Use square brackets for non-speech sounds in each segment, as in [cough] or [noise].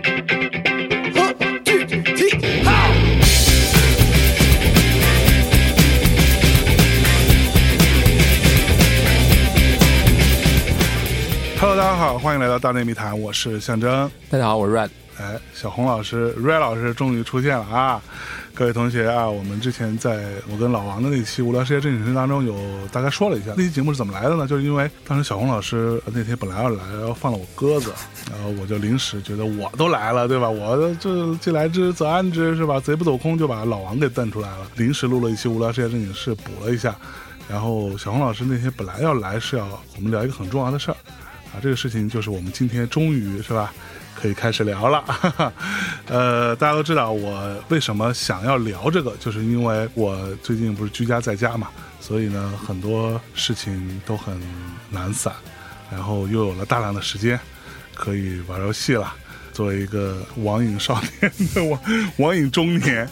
和聚集号。 Hello，大家好，欢迎来到大内密谈，我是象征。大家好，我是 Red。哎，小红老师、Ray 老师终于出现了啊！各位同学啊，我们之前在我跟老王的那期《无聊世界正经事》当中有大概说了一下，那期节目是怎么来的呢？就是因为当时小红老师呃那天本来要来，要放了我鸽子，然后我就临时觉得我都来了，对吧？我这既来之则安之，是吧？贼不走空，就把老王给蹬出来了，临时录了一期《无聊世界正经事》，补了一下。然后小红老师那天本来要来是要我们聊一个很重要的事儿，啊，这个事情就是我们今天终于是吧，可以开始聊了。 [laughs] 哈哈。呃，大家都知道我为什么想要聊这个，就是因为我最近不是居家在家嘛，所以呢很多事情都很懒散，然后又有了大量的时间可以玩游戏了。作为一个网瘾少年的网网瘾中年，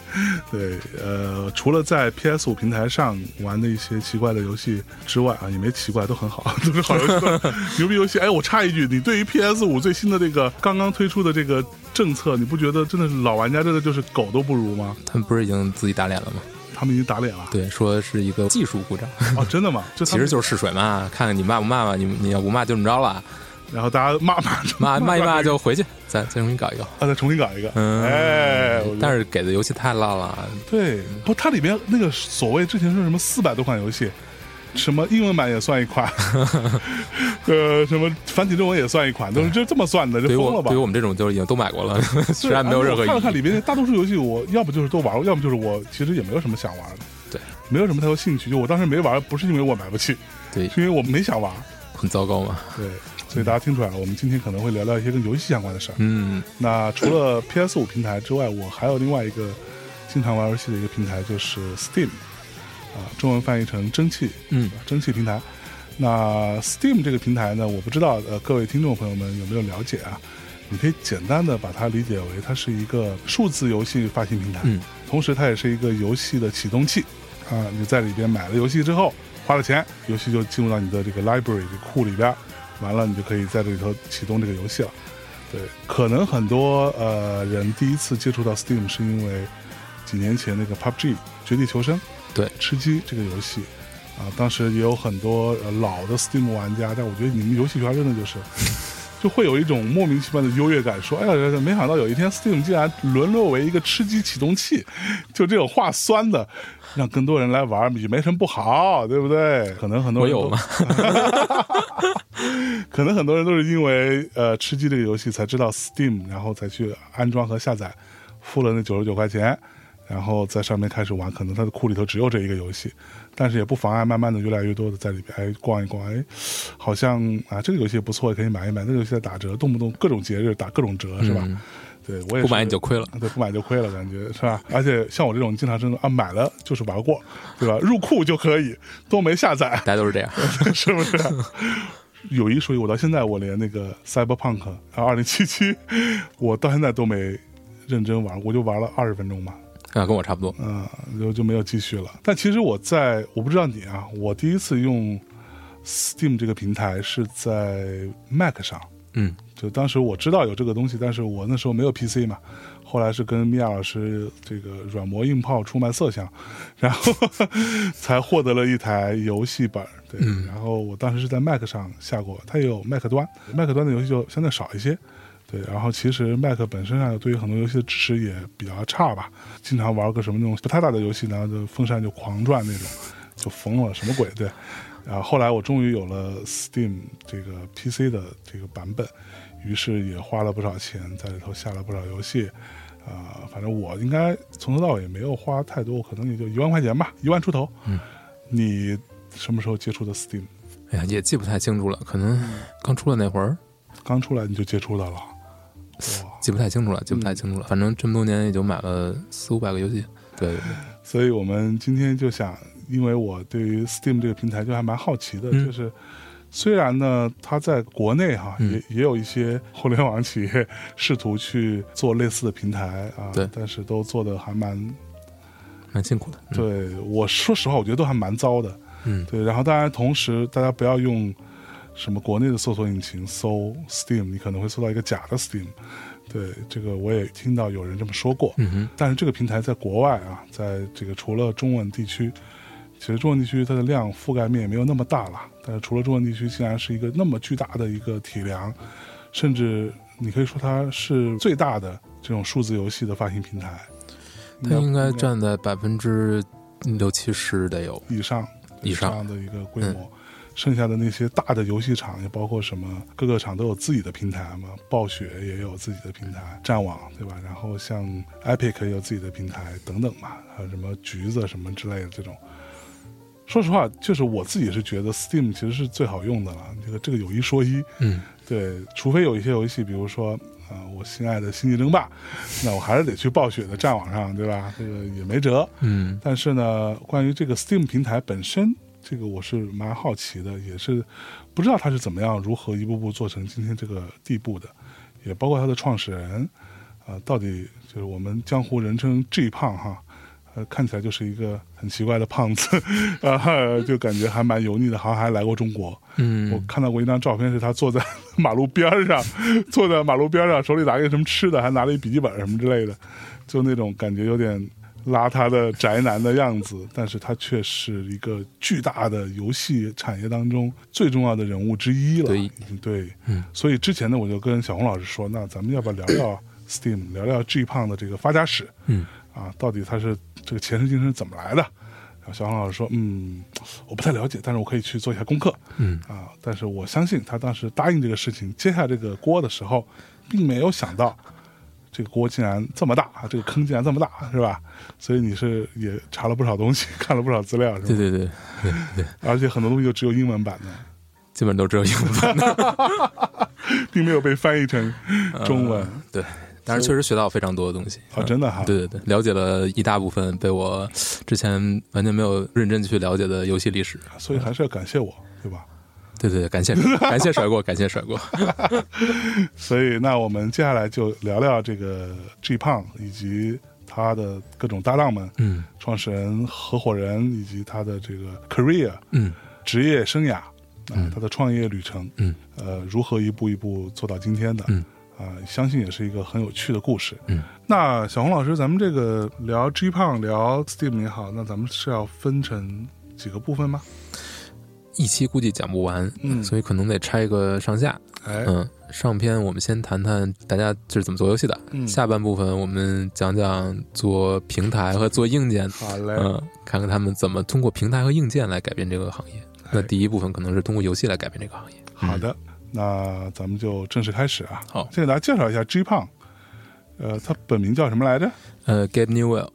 对，呃，除了在 PS 五平台上玩的一些奇怪的游戏之外啊，也没奇怪，都很好，都是好游戏都，牛逼游戏。哎，我插一句，你对于 PS 五最新的这个刚刚推出的这个政策，你不觉得真的是老玩家真的就是狗都不如吗？他嗯们不是已经自己打脸了吗？他们已经打脸了。对，说是一个技术 [laughs] 故障，哦，真的吗？就他其们实就是试水嘛，看看你骂不骂吧。你你要不骂就这么着 [laughs] 了，然后大家骂骂骂骂一骂骂就回去，再再重新搞一个。啊，再重新搞一个。嗯哎，我觉得但是给的游戏太烂了，对，不，它里面那个所谓之前说什么四百多款游戏，什么英文版也算 [laughs] 一款，呃，什么繁体中文也算一款，都是这这么算的，就对于疯我了吧对于？我们这种就是已经都买过 [laughs] 了，实对哎在没有任何我看了看意里义。面的大多数游戏，我要不就是都玩过，要不就是我其实也没有什么想玩的，对，没有什么太多兴趣。就我当时没玩，不是因为我买 [laughs] 不起，对，是因为我没想玩。很糟糕 [laughs] 嘛。对，所以大家听出来了，我们今天可能会聊聊一些跟游戏相关的事儿。嗯，那除了 PS 五平台之外，我还有另外一个经常玩游戏的一个平台，就是 Steam，啊，中文翻译成蒸汽，嗯，蒸汽平台。那 Steam 这个平台呢，我不知道呃各位听众朋友们有没有了解啊？你可以简单的把它理解为它是一个数字游戏发行平台，嗯同时它也是一个游戏的启动器啊。你在里边买了游戏之后，花了钱，游戏就进入到你的这个 library 这个库里边，完了你就可以在这里头启动这个游戏了。对，可能很多呃人第一次接触到 Steam 是因为几年前那个 PUBG《绝地求生》对吃鸡这个游戏啊，当时也有很多、呃、老的 Steam 玩家，但我觉得你们游戏圈真的就是就会有一种莫名其妙的优越感，说哎呀，没想到有一天 Steam 竟然沦落为一个吃鸡启动器，就这种话酸的。让更多人来玩也没什么不好，对不对？可能很多我人有都吗？ [laughs] 可能很多人都是因为呃吃鸡这个游戏才知道 Steam，然后才去安装和下载，付了那九十九块钱，然后在上面开始玩。可能他的库里头只有这一个游戏，但是也不妨碍慢慢的越来越多的在里边哎逛一逛，哎，好像啊这个游戏不错，可以买一买。那个游戏在打折，动不动各种节日打各种折，是吧？对我嗯也不买是你就亏了。对，不买就亏了，感觉是吧？而且像我这种经常真的啊，买了就是玩过，对吧？入库就可以，都没下载，大家都是这样。 [laughs] 是不是？有一说一，我到现在我连那个 Cyberpunk 呃二零七七，我到现在都没认真玩，我就玩了二十分钟吧，啊，跟我差不多。嗯，就就没有继续了。但其实我在我不知道你啊，我第一次用 Steam 这个平台是在 Mac 上，嗯，就当时我知道有这个东西，但是我那时候没有 PC 嘛，后来是跟米娅老师这个软磨硬泡出卖色相，然后 [laughs] 才获得了一台游戏本儿。对，然后我当时是在 Mac 上下过，它也有 Mac 端，Mac 端的游戏就相对少一些。对，然后其实 Mac 本身上对于很多游戏的支持也比较差吧，经常玩个什么那种不太大的游戏，然后就风扇就狂转那种，就疯了，什么鬼？对。然呃后后来我终于有了 Steam 这个 PC 的这个版本，于是也花了不少钱在里头下了不少游戏，啊、反正我应该从头到尾没有花太多，可能也就一万块钱吧，一万出头。嗯，你什么时候接触的 Steam？哎呀，也记不太清楚了，可能刚出来那会儿刚出来你就接触到了，哇！记不太清楚了，记不太清楚了。反正这么多年也就买了四五百个游戏。对对对。所以我们今天就想，因为我对于 Steam 这个平台就还蛮好奇的，嗯就是虽然呢，它在国内哈、嗯也也有一些互联网企业试图去做类似的平台啊，对但是都做的还蛮蛮辛苦的。嗯对，我说实话，我觉得都还蛮糟的。嗯对，然后当然同时，大家不要用什么国内的搜索引擎搜 Steam，你可能会搜到一个假的 Steam。对，这个我也听到有人这么说过。嗯哼，但是这个平台在国外啊，在这个除了中文地区，其实中文地区它的量覆盖面也没有那么大了。但是除了中文地区，竟然是一个那么巨大的一个体量，甚至你可以说它是最大的这种数字游戏的发行平台。它应该占在百分之六七十得有以上以这上。嗯样的一个规模。剩下的那些大的游戏厂，也包括什么各个厂都有自己的平台嘛，暴雪也有自己的平台，战网对吧？然后像 Epic 也有自己的平台等等吧，还有什么橘子什么之类的这种。说实话，就是我自己是觉得 Steam 其实是最好用的了。这个这个有一说一，嗯，对，除非有一些游戏，比如说啊、呃我心爱的《星际争霸》，那我还是得去暴雪的战网上，对吧？这个也没辙。嗯，但是呢，关于这个 Steam 平台本身，这个我是蛮好奇的，也是不知道它是怎么样如何一步步做成今天这个地步的，也包括它的创始人，啊、到底就是我们江湖人称 G 胖哈。呃，看起来就是一个很奇怪的胖子， [laughs] 啊、就感觉还蛮油腻的，好像还来过中国。我嗯，看到过一张照片，是他坐在马路边儿上， [laughs] 坐在马路边儿上，手里拿一个什么吃的，还拿了一笔记本什么之类的，就那种感觉有点邋遢的 [laughs] 宅男的样子。但是他却是一个巨大的游戏产业当中最重要的人物之一了。对嗯对，嗯所以之前呢，我就跟小红老师说，那咱们要不要聊聊 Steam，聊聊 G 胖的这个发家史？嗯，啊，到底他是这个前世今生是怎么来的？然后小红老师说，嗯，我不太了解，但是我可以去做一下功课。嗯，啊，但是我相信他当时答应这个事情，接下这个锅的时候，并没有想到这个锅竟然这么大，啊这个坑竟然这么大，啊是吧？所以你是也查了不少东西， [laughs] 看了不少资料，是对吧？对对，而且很多东西就只有英文版的，基本都只有英 [laughs] 文。并没有被翻译成呃中文、对，但是确实学到非常多的东西。嗯啊，真的哈。呃对对对，了解了一大部分被我之前完全没有认真去了解的游戏历史。所以还是要感谢我，对吧？对对对， [laughs] 感谢感谢甩锅，感谢甩锅。所以那我们接下来就聊聊这个 G 胖以及他的各种搭档们、嗯创始人、合伙人以及他的这个 career。嗯职业生涯啊、他的创业旅程，嗯，呃，如何一步一步做到今天的，嗯，啊、相信也是一个很有趣的故事。嗯，那小红老师，咱们这个聊 G 胖聊 Steam 也好，那咱们是要分成几个部分吗？一期估计讲不完，嗯所以可能得拆个上下。哎，嗯，上篇我们先谈谈大家是怎么做游戏的，嗯下半部分我们讲讲做平台和做硬件，好嘞，嗯、看看他们怎么通过平台和硬件来改变这个行业。哎那第一部分可能是通过游戏来改变这个行业。好的，那咱们就正式开始啊。嗯好先给大家介绍一下 G 胖，呃，他本名叫什么来着呃，Gabe Newell，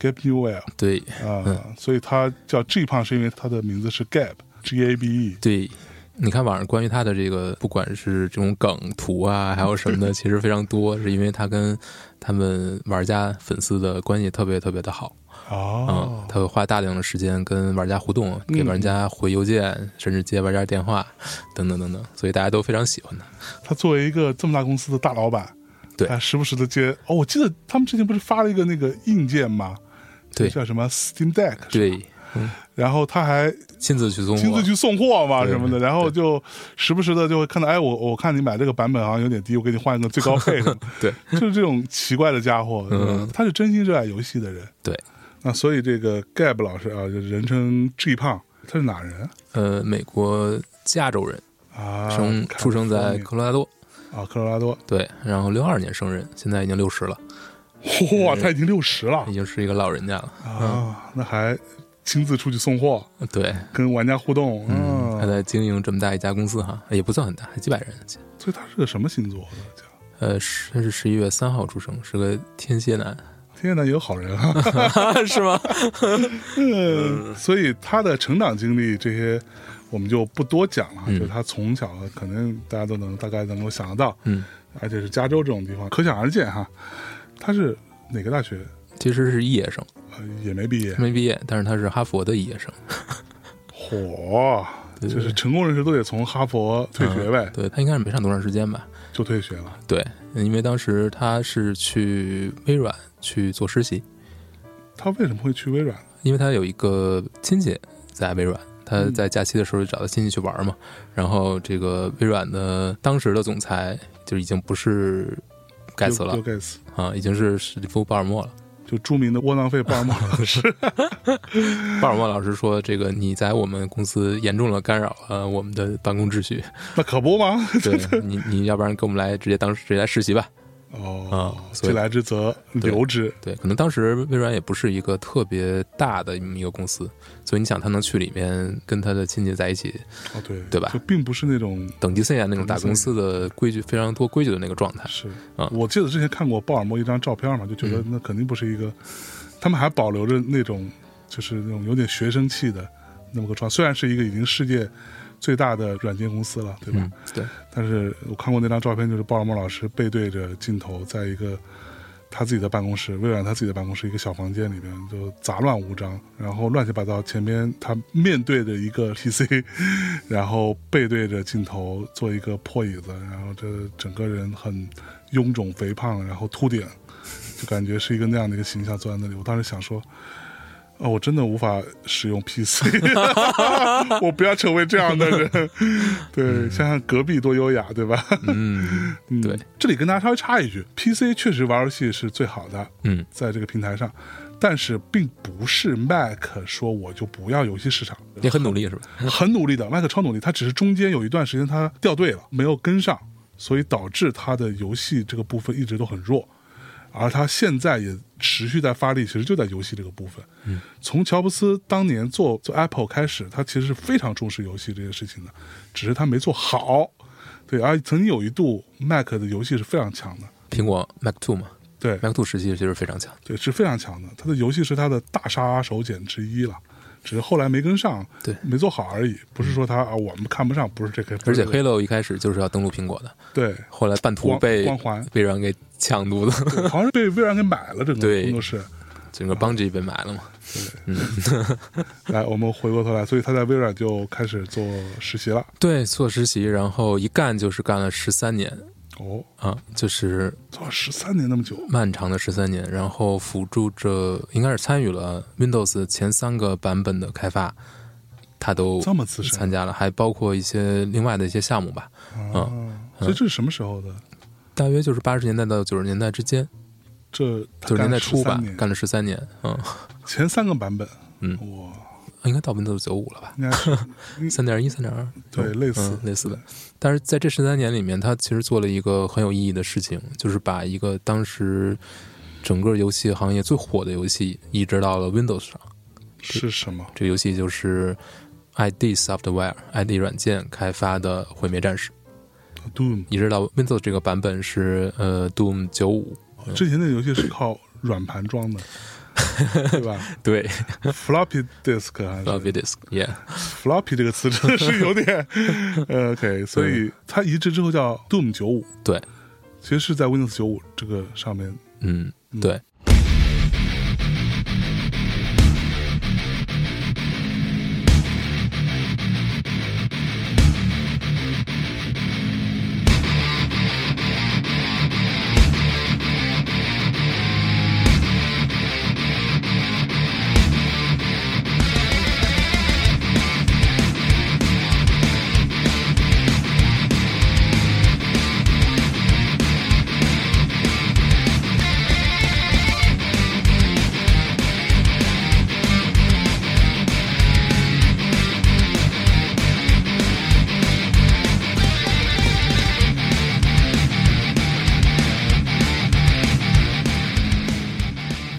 ？Gab Newell 对啊、所以他叫 G 胖是因为他的名字是 Gab。G A B E，对，你看网上关于他的这个，不管是这种梗图啊，还有什么 [laughs] 的，其实非常多，是因为他跟他们玩家粉丝的关系特别特别的好。哦嗯，，他会花大量的时间跟玩家互动，给玩家回邮件，甚至接玩家电话，等等等等，所以大家都非常喜欢他。他作为一个这么大公司的大老板，对他时不时的接哦，我记得他们之前不是发了一个那个硬件吗？对叫什么 Steam Deck，对，然后他还亲自去送亲货自，去送货嘛对什么的，然后就时不时的就会看到，哎，我我看你买这个版本好像有点低，我给你换一个最高 [laughs] 配什么，对，就是这种奇怪的家伙，呃嗯他是真心热爱游戏的人，对，那所以这个 Gab 老师啊，就人称 G 胖，他是哪人呃，美国加州人，啊？生出生在科罗拉多，啊科罗 [laughs] 拉多，对，然后六二年生人，现在已经六十了，嗯哇，他已经六十了已经是一个老人家了。啊，那还亲自出去送货，对，跟玩家互动，嗯，他啊，在经营这么大一家公司哈，也不算很大，几百人。所以他是个什么星座啊的？呃，是他是十一月三号出生，是个天蝎男， [laughs] 天呐，也有好人啊！ [laughs] 是吗？嗯，所以他的成长经历这些，我们就不多讲了。嗯就是他从小可能大家都能大概能够想得到，嗯，而且是加州这种地方，可想而知哈。他是哪个大学？其实是毕业生，呃，也没毕业。没毕业，但是他是哈佛的毕业生。嚯，对嗯就是成功人士都得从哈佛退学呗，对他应该是没上多长时间吧？就退学了。对，因为当时他是去微软去做实习，他为什么会去微软？因为他有一个亲戚在微软，他嗯在假期的时候找他亲戚去玩嘛。然后这个微软的当时的总裁就已经不是盖茨了就盖茨，啊，已经是史蒂夫·鲍尔默了。就著名的窝囊废鲍 [laughs] 尔默老师，鲍尔默老师说：“这个你在我们公司严重的干扰了我们的办公秩 [laughs] 序，那可 [laughs] 不吗？对你，你要不然跟我们来直接当直接来实习吧。”哦啊，所以既来之则留之，对，可能当时微软也不是一个特别大的一个公司，所以你想他能去里面跟他的亲戚在一起，哦对对吧嗯就并不是那种等级森严那种大公司的规矩非常多规矩的那个状态，是啊我记得之前看过鲍尔默一张照片嘛，就觉嗯得那肯定不是一个，他们还保留着那种就是那种有点学生气的那么个状，虽然是一个已经世界最大的软件公司了，对吧？嗯，对，但是我看过那张照片，就是鲍尔默老师背对着镜头，在一个他自己的办公室，微软他自己的办公室一个小房间里面，就杂乱无章，然后乱七八糟。前面他面对着一个 PC，然后背对着镜头坐一个破椅子，然后这整个人很臃肿、肥胖，然后秃顶，就感觉是一个那样的一个形象坐在那里。我当时想说。哦，我真的无法使用 PC，我不要成为这样的人。对，想想隔壁多优雅，对吧？嗯嗯对。这里跟大家稍微插一句，PC 确实玩游戏是最好的，嗯，在这个平台上，但是并不是 Mac 说我就不要游戏市场，也很努力是吧？很努力的，Mac 超努力，它只是中间有一段时间它掉队了，没有跟上，所以导致它的游戏这个部分一直都很弱，而它现在也持续在发力，其实就在游戏这个部分。嗯，从乔布斯当年做做 Apple 开始，他其实是非常重视游戏这件事情的，只是他没做好。对，而曾经有一度 Mac 的游戏是非常强的，苹果 Mac Two 嘛对，Mac Two 时期其实非常强，对，是非常强的，它的游戏是它的大杀手锏之一了。只是后来没跟上，对没做好而已，不是说它啊我们看不上，不是这个。而且不是这个 Halo 一开始就是要登陆苹果的，对，后来半途光被光环微软给抢夺了，对好像是被微软给买了整个对工作室。 [laughs] 整个 Bungie 被买了嘛，来，我们回过头来，所以他在微软就开始做实习了。对，做实习，然后一干就是干了十三年哦，啊，就是做了十三年那么久，漫长的十三年，然后辅助着，应该是参与了 Windows 前三个版本的开发，他都这么资深参加了，还包括一些另外的一些项目吧，啊！所嗯以这是什么时候的？大约就是八十年代到九十年代之间，这他九十干年代了初吧13，年干了十三年，嗯，前三个版本，嗯哇，应该到 Windows 九五了吧，应该 [laughs] 是三点一、三点二，对类似嗯、类似的。但是在这十三年里面，他其实做了一个很有意义的事情，就是把一个当时整个游戏行业最火的游戏移植到了 Windows 上。是什么？这个游戏就是 ID Software ID 软件开发的《毁灭战士》，嗯 Doom，一直到 Windows 这个版本是呃 Doom 九五，哦之前那个游戏是靠软盘装 [laughs] 的，对吧对？Floppy disk 还是 Floppy Disk，yeah， floppy 这个词真的是 [laughs] 有点呃 OK，所以它移植之后叫 Doom 九五，对，其实是在 Windows 九五这个上面。嗯，对。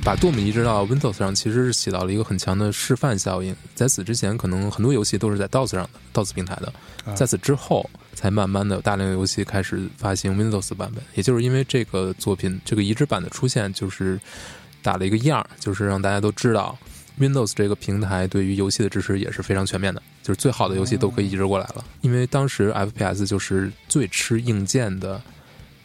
把 Doom 移植到 Windows 上，其实是起到了一个很强的示范效应。在此之前，可能很多游戏都是在 DOS 上的 DOS 平台的，在此之后，才慢慢的有大量游戏开始发行 Windows 版本。也就是因为这个作品这个移植版的出现，就是打了一个样儿，就是让大家都知道 Windows 这个平台对于游戏的支持也是非常全面的，就是最好的游戏都可以移植过来了。因为当时 FPS 就是最吃硬件的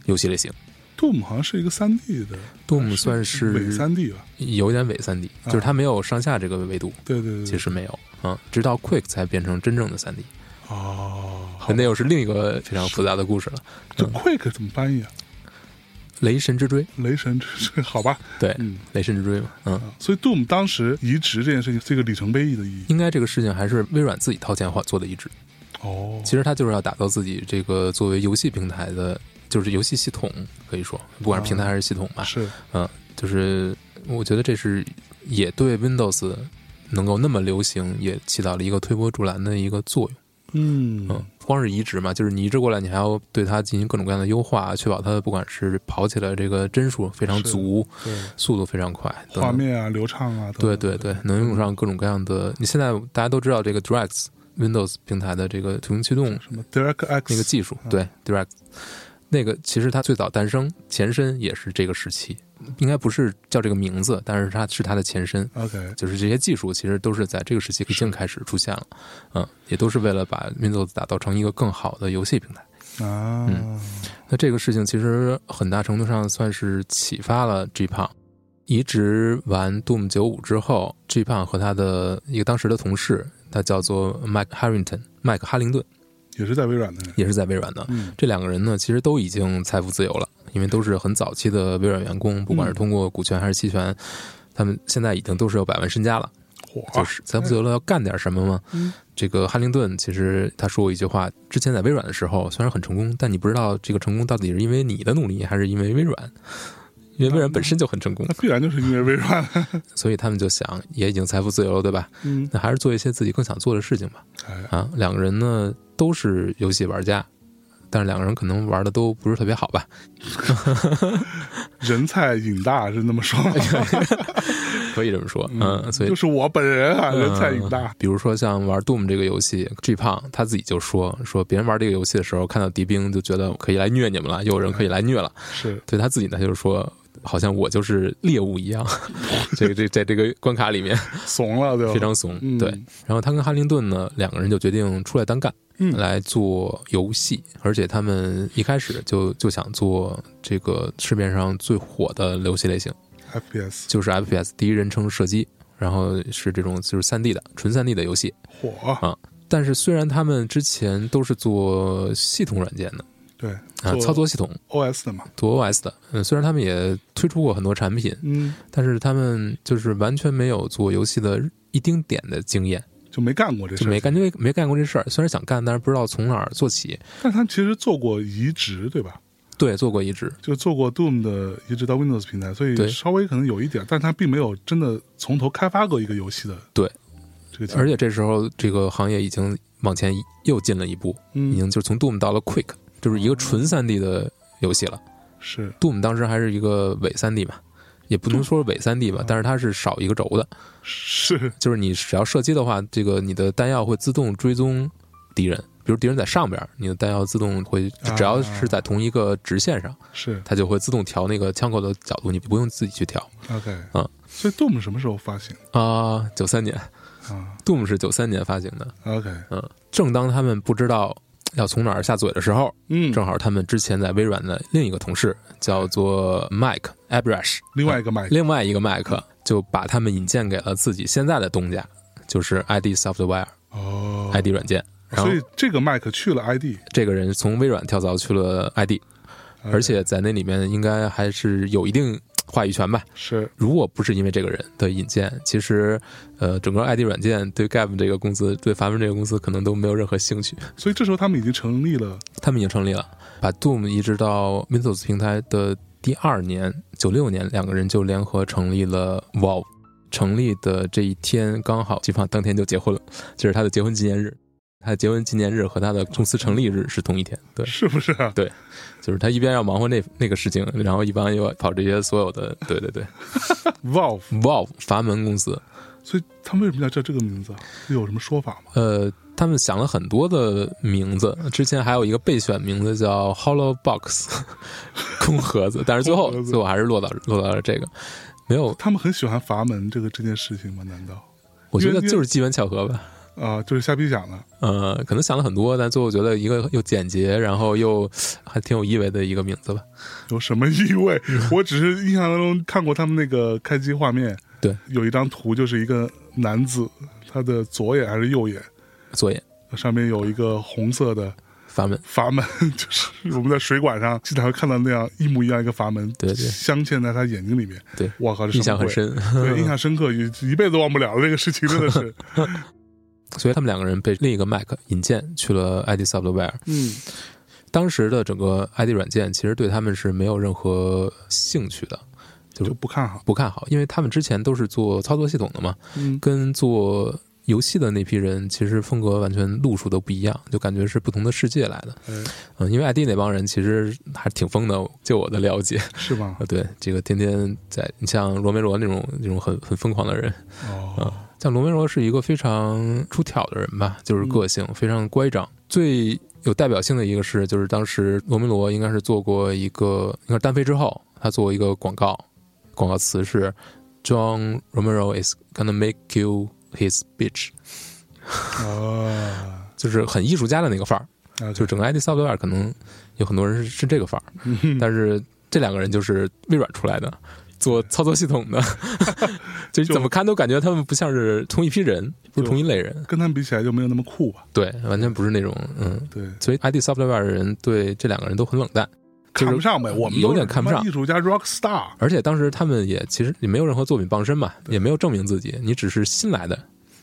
游戏类型 Doom 好像是一个三 D 的，Doom 嗯算是伪啊三 D 吧？有点伪三 D，就是啊它没有上下这个维度，对对对，其实没有啊，直到 Quick 才变成真正的三 D，哦，好那又是另一个非常复杂的故事了。这 Quick 怎么翻译啊？雷神之锥，雷神之锥，好吧，对，嗯雷神之锥嘛，嗯，所以 Doom 当时移植这件事情是一个里程碑意义的意义。应该这个事情还是微软自己掏钱换做的移植。哦，嗯其实它就是要打造自己这个作为游戏平台的，就是游戏系统，可以说不管是平台还是系统吧，是嗯，就是我觉得这是也对 Windows 能够那么流行，也起到了一个推波助澜的一个作用。嗯嗯，不光是移植嘛，就是你移植过来，你还要对它进行各种各样的优化，确保它不管是跑起来这个帧数非常是足，对，速度非常快，等画等面啊流畅啊，等嗯对等对对，能用上各种各样的。你现在大家都知道这个 Direct Windows 平台的这个图形驱动什么 DirectX 那个技术嗯，对 Direct 那个其实它最早诞生前身也是这个时期，应该不是叫这个名字，但是它是它的前身。 OK 就是这些技术其实都是在这个时期已经开始出现了，嗯，也都是为了把 Windows 打造成一个更好的游戏平台。啊，嗯那这个事情其实很大程度上算是启发了 G 胖。移植完 Doom 九五之后，G 胖和他的一个当时的同事，他叫做 Mike Harrington，麦克哈灵顿，也是在微软的人，也是在微软的。嗯这两个人呢，其实都已经财富自由了，因为都是很早期的微软员工，不管是通过股权还是期权，他们现在已经都是有百万身家了。就火是财富自由了，要干点什么吗？嗯这个哈灵顿其实他说过一句话，之前在微软的时候虽然很成功，但你不知道这个成功到底是因为你的努力还是因为微软，因为微软本身就很成功那，必然就是因为微软，所以他们就想也已经财富自由了，对吧？嗯，那还是做一些自己更想做的事情吧。哎，啊，两个人呢都是游戏玩家，但是两个人可能玩的都不是特别好吧。人菜瘾大是那 [laughs] 么说吗，可以这么说，嗯，所以就是我本人啊，人菜瘾大嗯，比如说像玩 Doom 这个游戏，G 胖他自己就说说别人玩这个游戏的时候，看到敌兵就觉得可以来虐你们了，又有人可以来虐了。是对他自己呢，就是说好像我就是猎物一样， [laughs] 这个这在这个关卡里面怂了对吧？非常怂嗯。对，然后他跟哈灵顿呢两个人就决定出来单干。嗯来做游戏，而且他们一开始就就想做这个市面上最火的游戏类型， FPS 就是 FPS 第一人称射击，然后是这种就是3 D 的纯3 D 的游戏。火，啊但是虽然他们之前都是做系统软件的对，啊，做操作系统 OS 的嘛，做 OS 的，嗯，虽然他们也推出过很多产品，嗯，但是他们就是完全没有做游戏的一丁点的经验，就没干过这就事儿没，感觉没干过这事儿。虽然想干，但是不知道从哪儿做起。但他们其实做过移植，对吧？对，做过移植，就做过 Doom 的移植到 Windows 平台，所以对稍微可能有一点，但他并没有真的从头开发过一个游戏的，对，这个经而历且这时候这个行业已经往前又进了一步，已嗯经就是从 Doom 到了 Quick，就是一个纯3 D 的游戏了。是 Doom 当时还是一个伪3 D 嘛，也不能说是伪3 D 吧，但是它是少一个轴的。是就是你只要射击的话，这个你的弹药会自动追踪敌人，比如敌人在上边儿，你的弹药自动会啊，只要是在同一个直线上，是它就会自动调那个枪口的角度，你不用自己去调 OK 嗯所以 Doom 什么时候发行啊。九三年啊，Doom 是九三年发行的， ？OK，嗯，正当他们不知道要从哪儿下嘴的时候，嗯，正好他们之前在微软的另一个同事叫做 Mike Abrash，另外一个麦克另外一个麦克就把他们引荐给了自己现在的东家，就是 ID Software 哦 ID 软件。然后所以这个麦克去了 ID，这个人从微软跳槽去了 ID，而哎且在那里面应该还是有一定话语权吧。是如果不是因为这个人的引荐，其实，呃，整个 ID 软件对 Gap 这个公司、对梵文这个公司可能都没有任何兴趣。所以这时候他们已经成立了他们已经成立了，把 Doom 移植到 Windows 平台的第二年，九六年，两个人就联合成立了 Valve。成立的这一天刚好，基本上当天就结婚了，这是他的结婚纪念日。他的结婚纪念日和他的公司成立日是同一天，对，是不是啊？ [laughs] 就是他一边要忙活那那个事情，然后一边又要跑这些所有的，对对对 Valve， ，Valve 阀门公司，所以他们为什么要叫这个名字啊？有什么说法吗？呃，他们想了很多的名字，之前还有一个备选名字叫 Hollow Box，空盒子，但是最后空盒子最后还是落到落到了这个，没有，他们很喜欢阀门这个这件事情吗？难道我觉因为得就是机缘巧合吧。啊、就是瞎逼讲的？呃，可能想了很多，但最后觉得一个又简洁，然后又还挺有意味的一个名字吧。有什么意味？嗯我只是印象当中看过他们那个开机画面，对，有一张图就是一个男子，他的左眼还是右眼作业上面有一个红色的阀门，阀门， [laughs] 就是我们在水管上经常会看到那样一模一样一个阀门，对对镶嵌在他眼睛里面。对我靠，这什印么象很鬼，深。 [laughs] 对，印象深刻，一一辈子都忘不了这个事情，真的是。所以他们两个人被另一个 Mac 引荐去了 ID Software。 [laughs] 嗯，当时的整个 ID 软件其实对他们是没有任何兴趣的，就不看好。不看好，因为他们之前都是做操作系统的嘛，嗯，跟做游戏的那批人其实风格完全路数都不一样，就感觉是不同的世界来的。哎嗯，因为 ID 那帮人其实还挺疯的，就我的了解。 [laughs] 是吗啊，？对，这个天天在，你像罗梅罗那种那种很很疯狂的人，哦，像罗梅罗是一个非常出挑的人吧，就是个性、非常乖张。最有代表性的一个是，就是当时罗梅罗应该是做过一个，应该是单飞之后，他做过一个广告，广告词是 “John Romero is gonna make you his bitch”，嗯哦，就是很艺术家的那个范儿。那就整个 ID Software 可能有很多人是是这个范嗯儿，但是这两个人就是微软出来的，做操作系统的，就就怎么看都感觉他们不像是同一批人，不是同一类人，跟他们比起来就没有那么酷吧？对，完全不是那种嗯。对，所以 ID Software 的人对这两个人都很冷淡，就是看不上呗，我们有都点是看不他妈上艺术家 rock star。而且当时他们也其实也没有任何作品傍身嘛，也没有证明自己，你只是新来的，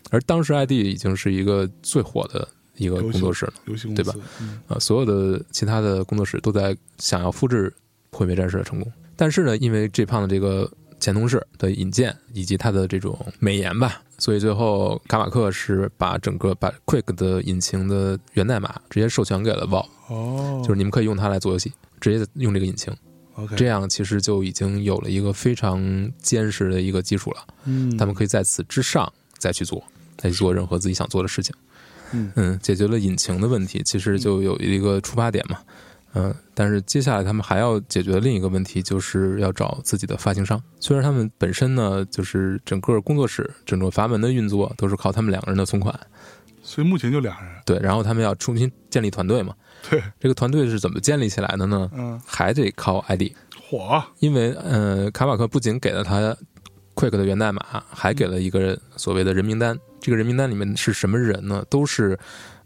而当时 ID 已经是一个最火的一个游戏工作室了。游戏公对司吧？嗯啊，所有的其他的工作室都在想要复制《毁灭战士》的成功，但是呢，因为 J 胖的这个前同事的引荐以及他的这种美颜吧，所以最后卡马克是把整个把 Quick 的引擎的源代码直接授权给了 Valve，哦，就是你们可以用它来做游戏，直接用这个引擎， OK，这样其实就已经有了一个非常坚实的一个基础了。嗯，他们可以在此之上再去做，再去做任何自己想做的事情。嗯解决了引擎的问题，其实就有一个出发点嘛。嗯、但是接下来他们还要解决另一个问题，就是要找自己的发行商。虽然他们本身呢，就是整个工作室、整个阀门的运作都是靠他们两个人的存款，所以目前就俩人，对，然后他们要重新建立团队嘛。对，这个团队是怎么建立起来的呢？嗯，还得靠 ID，火，因为呃，卡马克不仅给了他 Quick 的源代码，还给了一个所谓的人名单。这个人名单里面是什么人呢？都是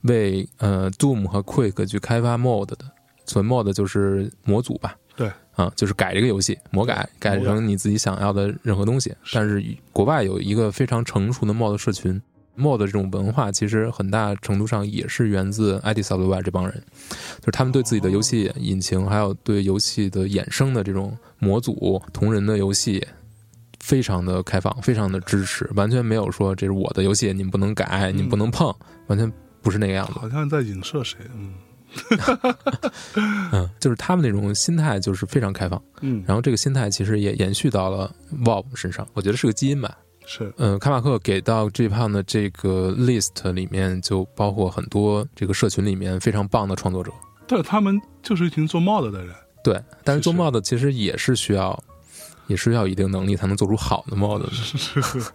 为呃 Doom 和 Quick 去开发 mod 的，所谓 mod 就是模组吧。对，啊，就是改这个游戏，魔改，对改魔改成你自己想要的任何东西。但是国外有一个非常成熟的 mod 社群，mod 这种文化其实很大程度上也是源自 ID Software 这帮人，就是他们对自己的游戏引擎，还有对游戏的衍生的这种模组、同人的游戏。非常的开放，非常的支持，完全没有说这是我的游戏，你们不能改，你们不能碰，完全不是那个样子。好像在影射谁，嗯嗯，就是他们那种心态就是非常开放。嗯，然后这个心态其实也延续到了 Valve 身上，我觉得是个基因吧。是嗯，卡马克给到 J 胖的这个 list 里面，就包括很多这个社群里面非常棒的创作者。但是他们就是一群做 mod 的人， [laughs] 对，但是做是是 mod 其实也是需要，也是要有一定能力才能做出好的 mod 的。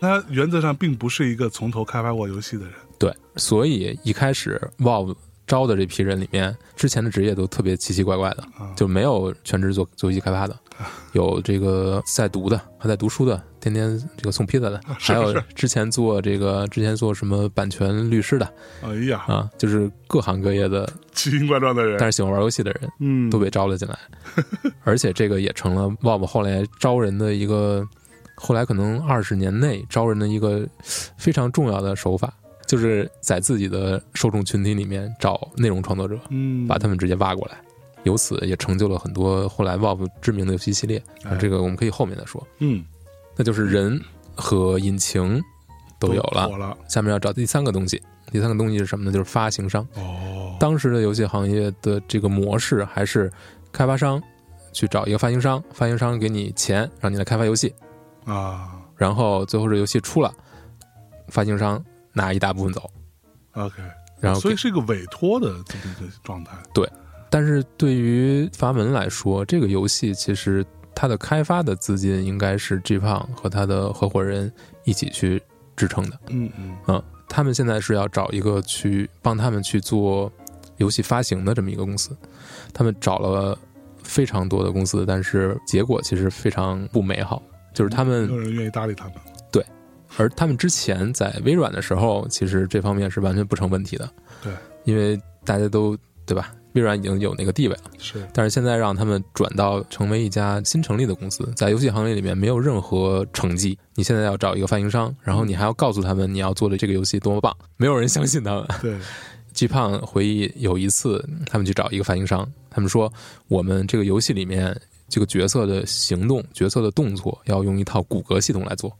那他原则上并不是一个从头开发过游戏的人，对，所以一开始 Valve 招的这批人里面，之前的职业都特别奇奇怪怪的，就没有全职做做游戏开发的，有这个在读的，还在读书的，天天这个送披萨的， [laughs] 还有之前做这个之前做什么版权律师的哎呀，啊，就是各行各业的，奇形怪状的人，但是喜欢玩游戏的人嗯，都被招了进 [laughs] 来，而且这个也成了 Valve 后来招人的一个，后来可能二十年内招人的一个非常重要的手法，就是在自己的受众群体里面找内容创作者，嗯，把他们直接挖过来，由此也成就了很多后来 Valve 知名的游戏系列。哎这个我们可以后面再说。嗯那就是人和引擎都有了火，了，下面要找第三个东西。第三个东西是什么呢？就是发行商。哦，当时的游戏行业的这个模式还是开发商去找一个发行商，发行商给你钱让你来开发游戏，啊然后最后这游戏出了，发行商拿一大部分走， ，OK，然后所给以是一个委托的这么一个状态，但是对于阀门来说，这个游戏其实它的开发的资金应该是 G 胖和他的合伙人一起去支撑的。嗯嗯，嗯，他们现在是要找一个去帮他们去做游戏发行的这么一个公司，他们找了非常多的公司，但是结果其实非常不美好。就是他没有们，人愿意搭理他们，而他们之前在微软的时候，其实这方面是完全不成问题的。对，因为大家都对吧？微软已经有那个地位了，是但是现在让他们转到成为一家新成立的公司，在游戏行业里面没有任何成绩。你现在要找一个发行商，然后你还要告诉他们你要做的这个游戏多么棒，没有人相信他们。 [laughs] 对， G 胖回忆有一次，他们去找一个发行商，他们说我们这个游戏里面这个角色的行动、角色的动作要用一套骨骼系统来做。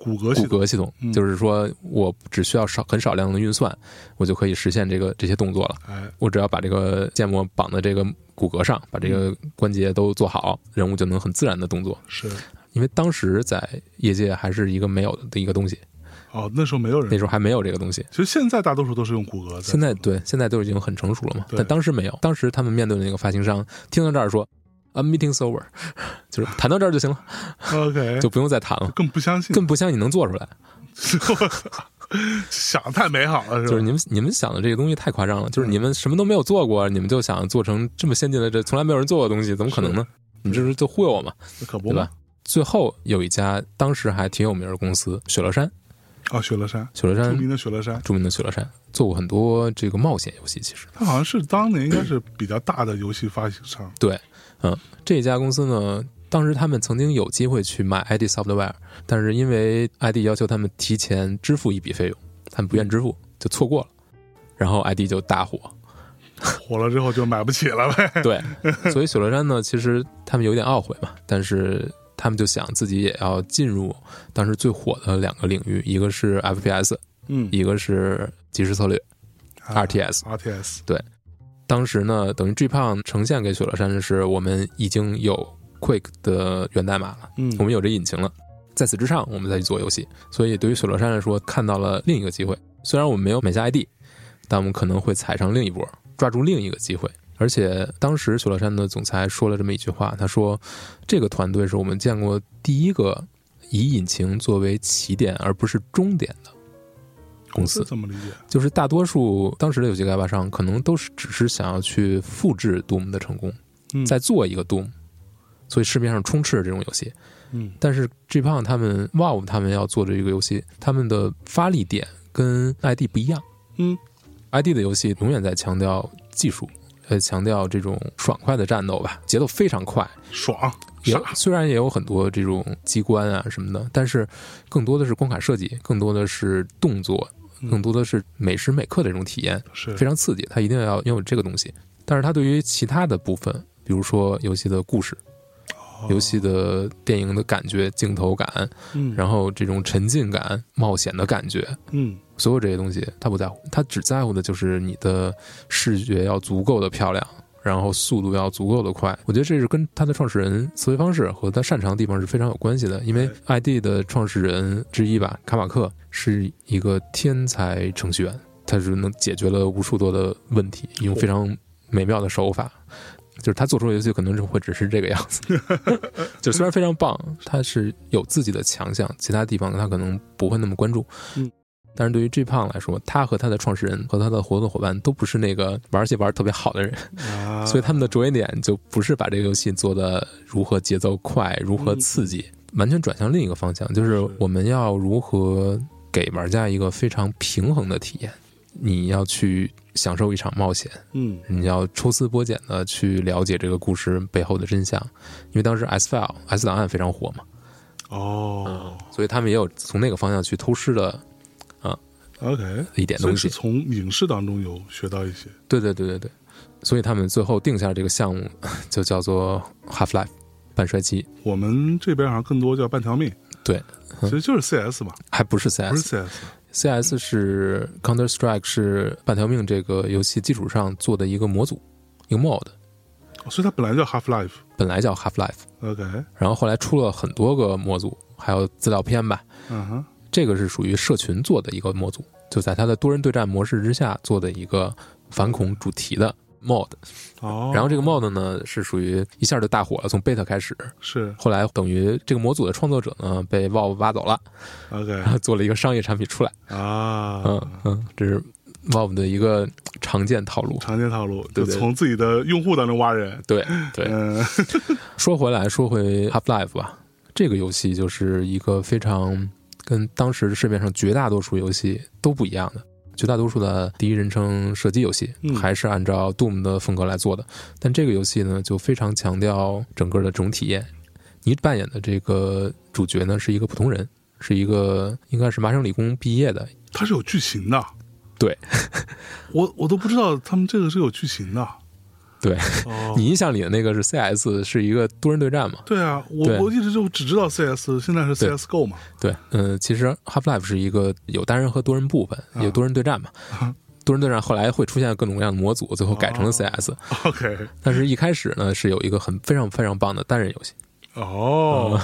骨骼系骨统骼系统嗯，就是说我只需要少很少量的运算，我就可以实现这个这些动作了。哎，我只要把这个建模绑在这个骨骼上，把这个关节都做好，人物就能很自然的动作。是因为当时在业界还是一个没有的一个东西，哦，那时候没有人那，时候还没有这个东西。其实现在大多数都是用骨骼在。现在对，现在都已经很成熟了嘛，对但当时没有。当时他们面对的那个发行商，听到这儿说啊，meeting s over，就是 [laughs] 谈到这儿就行了， OK，就不用再谈了，更不相信，更不像你能做出来。 [laughs] 想得太美好了，就是是吧？你们你们想的这个东西太夸张了，就是你们什么都没有做过，你们就想做成这么先进的这从来没有人做过的东西，怎么可能呢？你这是就忽悠我嘛，那可不对嘛吧？？最后有一家当时还挺有名的公司，雪乐山，哦，雪乐山，雪乐著山名的雪乐山，著名的雪乐山做过很多这个冒险游戏，其实它好像是当年应该是比较大的游戏发行商。对，嗯，这家公司呢，当时他们曾经有机会去买 ID Software，但是因为 ID 要求他们提前支付一笔费用，他们不愿支付，就错过了，然后 ID 就大火，火了之后就买不起了呗。对，所以雪乐山呢，其实他们有点懊悔嘛，但是他们就想自己也要进入当时最火的两个领域，一个是 FPS，嗯一个是即时策略。RTS 啊 RTS 当时呢，等于 G 胖呈现给雪乐山的是，我们已经有 Quick 的源代码了，嗯，我们有这引擎了，在此之上我们再去做游戏。所以对于雪乐山来说，看到了另一个机会。虽然我们没有买下 ID，但我们可能会踩上另一波，抓住另一个机会。而且当时雪乐山的总裁说了这么一句话，他说：“这个团队是我们见过第一个以引擎作为起点而不是终点的公司。”怎么理解？就是大多数当时的游戏开发商可能都是只是想要去复制 Doom 的成功，嗯再做一个 Doom，所以市面上充斥着这种游戏。嗯但是 G 胖他们、Wow 他们要做这个游戏，他们的发力点跟 ID 不一样。嗯，ID 的游戏永远在强调技术，呃，强调这种爽快的战斗吧，节奏非常快，爽也傻虽然也有很多这种机关啊什么的，但是更多的是光卡设计，更多的是动作，嗯更多的是每时每刻的这种体验，是非常刺激。它一定要拥有这个东西。但是它对于其他的部分，比如说游戏的故事、游戏的电影的感觉、镜头感，嗯然后这种沉浸感、冒险的感觉，嗯所有这些东西他不在乎，他只在乎的就是你的视觉要足够的漂亮，然后速度要足够的快。我觉得这是跟他的创始人思维方式和他擅长的地方是非常有关系的。因为 ID 的创始人之一吧，卡马克是一个天才程序员，他是能解决了无数多的问题，用非常美妙的手法。就是他做出的游戏可能是会只是这个样子，就虽然非常棒，他是有自己的强项，其他地方他可能不会那么关注。但是对于 G 胖来说，他和他的创始人和他的合作伙伴都不是那个玩游戏玩得特别好的人，啊，所以他们的着眼点就不是把这个游戏做的如何节奏快、如何嗯刺激，完全转向另一个方向，就是我们要如何给玩家一个非常平衡的体验。你要去享受一场冒险，嗯你要抽丝剥茧的去了解这个故事背后的真相，因为当时 S file S 档案非常火嘛，哦所以他们也有从那个方向去偷师的 OK，一点所以嗯东西。是从影视当中有学到一些对对对对对，所以他们最后定下这个项目 [laughs] 就叫做 Half Life 半衰期，我们这边好像更多叫半条命，对，其实就是 CS 嘛，还不是嗯不是 CS。 CS， CS 是 Counter Strike 是半条命这个游戏基础上做的一个模组，一个 mod，哦所以它本来叫 Half Life。本来叫 Half Life， OK，然后后来出了很多个模组，还有资料片吧。嗯哼，这个是属于社群做的一个模组，就在它的多人对战模式之下做的一个反恐主题的 mod。哦，然后这个 mod 呢是属于一下就大火了，从 beta 开始，是后来等于这个模组的创作者呢被 Valve 挖走了， OK 然后做了一个商业产品出来。啊，嗯嗯，这是 Valve 的一个常见套路。常见套路，对就对从自己的用户当中挖人。对对，嗯，说回来，说回 Half Life 吧，这个游戏就是一个非常跟当时市面上绝大多数游戏都不一样的。绝大多数的第一人称射击游戏嗯还是按照 Doom 的风格来做的，但这个游戏呢就非常强调整个的这种体验。你扮演的这个主角呢是一个普通人，是一个应该是麻省理工毕业的，它是有剧情的。对， [laughs] 我我都不知道他们这个是有剧 [laughs] 情的。对哦，你印象里的那个是 CS 是一个多人对战嘛？对啊，我对我一直就只知道 CS，现在是对 [laughs] CSGO 嘛。对，嗯、其实 Half Life 是一个有单人和多人部分，啊有多人对战嘛。多人对战后来会出现各种各样的模组，最后改成了哦 CS、 OK，但是一开始呢是有一个很非常非常棒的单人游戏。哦，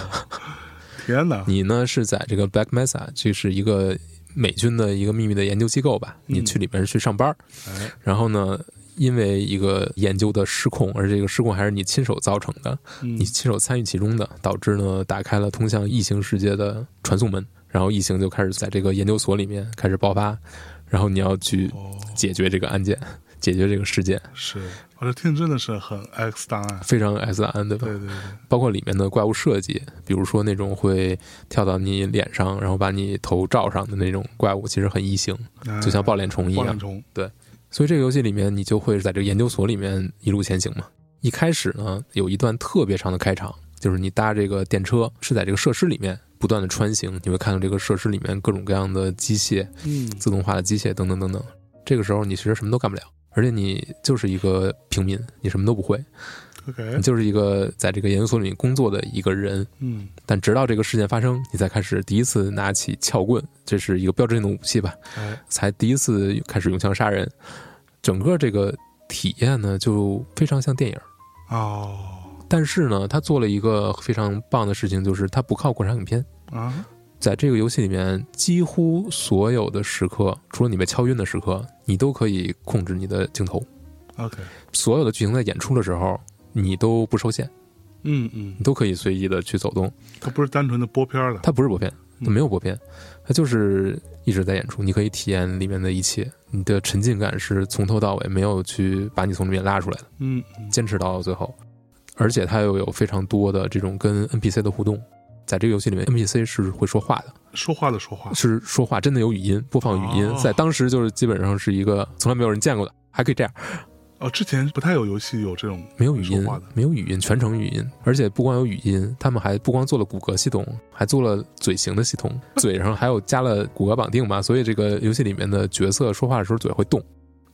天哪，嗯你呢是在这个 Black Mesa，这是一个美军的一个秘密的研究机构吧？你去里面去上班儿，嗯哎然后呢，因为一个研究的失控，而这个失控还是你亲手造成的，嗯你亲手参与其中的，导致呢打开了通向异形世界的传送门，然后异形就开始在这个研究所里面开始爆发，然后你要去哦解决这个案件， [laughs] 解决这个事件，是，我这听真的是很 X 档案。非常 S 案对吧？对对对，包括里面的怪物设计，比如说那种呃会跳到你脸上，然后把你头罩上的那种怪物，其实很异形，哎就像抱脸虫一爆样两。虫，所以这个游戏里面，你就会在这个研究所里面一路前行嘛。一开始呢，有一段特别长的开场，就是你搭这个电车是在这个设施里面不断的穿行，你会看到这个设施里面各种各样的机械、嗯，自动化的机械等等等等。这个时候你其实什么都干不了，而且你就是一个平民，你什么都不会， OK，你就是一个在这个研究所里面工作的一个人。嗯，但直到这个事件发生，你才开始第一次拿起撬棍，这是一个标志性的武器吧，哎，才第一次开始用枪杀人。整个这个体验呢，就非常像电影。哦，但是呢，他做了一个非常棒的事情，就是他不靠过场影片，啊，在这个游戏里面，几乎所有的时刻，除了你被敲晕的时刻，你都可以控制你的镜头。 OK，所有的剧情在演出的时候，你都不受限，嗯嗯你，都可以随意的去走动。它不是单纯的播片儿的，它不是播片，它嗯没有播片，它就是一直在演出。你可以体验里面的一切，你的沉浸感是从头到尾没有去把你从里面拉出来的，嗯嗯坚持到最后。而且它又有非常多的这种跟 NPC 的互动，在这个游戏里面，NPC 是会说话的，说话的说话，是说话，真的有语音，播放语音啊哦，在当时就是基本上是一个从来没有人见过的，还可以这样，哦，之前不太有游戏有这种没有语音说话的，没有语音，全程语音，而且不光有语音，他们还不光做了骨骼系统，还做了嘴型的系 [laughs] 统，嘴上还有加了骨骼绑定嘛，所以这个游戏里面的角色说话的时候嘴会动，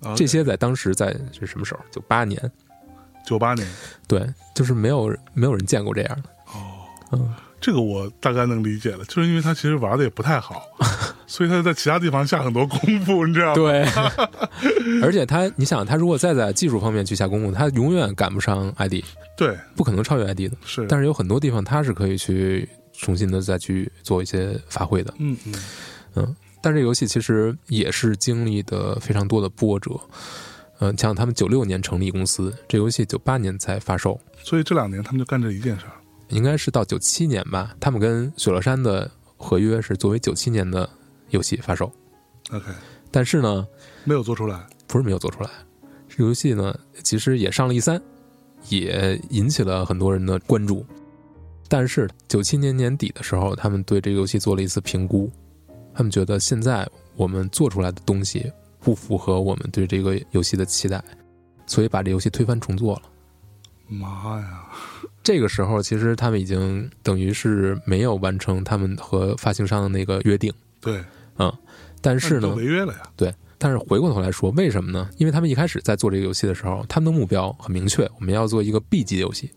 啊，这些在当时在是什么时候？九八年，九八年，对，就是没有没有人见过这样的，哦，嗯，这个我大概能理解了，就是因为他其实玩的也不太 [laughs] 好，所以他在其他地方下很多功夫，你知 [laughs] 道吗？对，而且他，你想，他如果再在技术方面去下功夫，他永远赶不上 ID，对，不可能超越 ID 的，是，但是，是有很多地方他是可以去重新的再去做一些发挥的。嗯嗯，但这个游戏其实也是经历的非常多的波折。嗯、像他们九六年成立公司，这游戏九八年才发售，所以这两年他们就干这一件事儿，应该是到九七年吧。他们跟雪乐山的合约是作为九七年的游戏发售， ，OK，但是呢，没有做出来，不是没有做出来。这游戏呢，其实也上了 E 三，也引起了很多人的关注。但是九七年年底的时候，他们对这个游戏做了一次评估，他们觉得现在我们做出来的东西不符合我们对这个游戏的期待，所以把这游戏推翻重做了。妈呀，这个时候，其实他们已经等于是没有完成他们和发行商的那个约定，对，但那是你就呢，违约了呀，但是回过头来说，为什么呢？因为他们一开始在做这个游戏的时候，他们的目标很明确，我们要做一个 B 级游戏，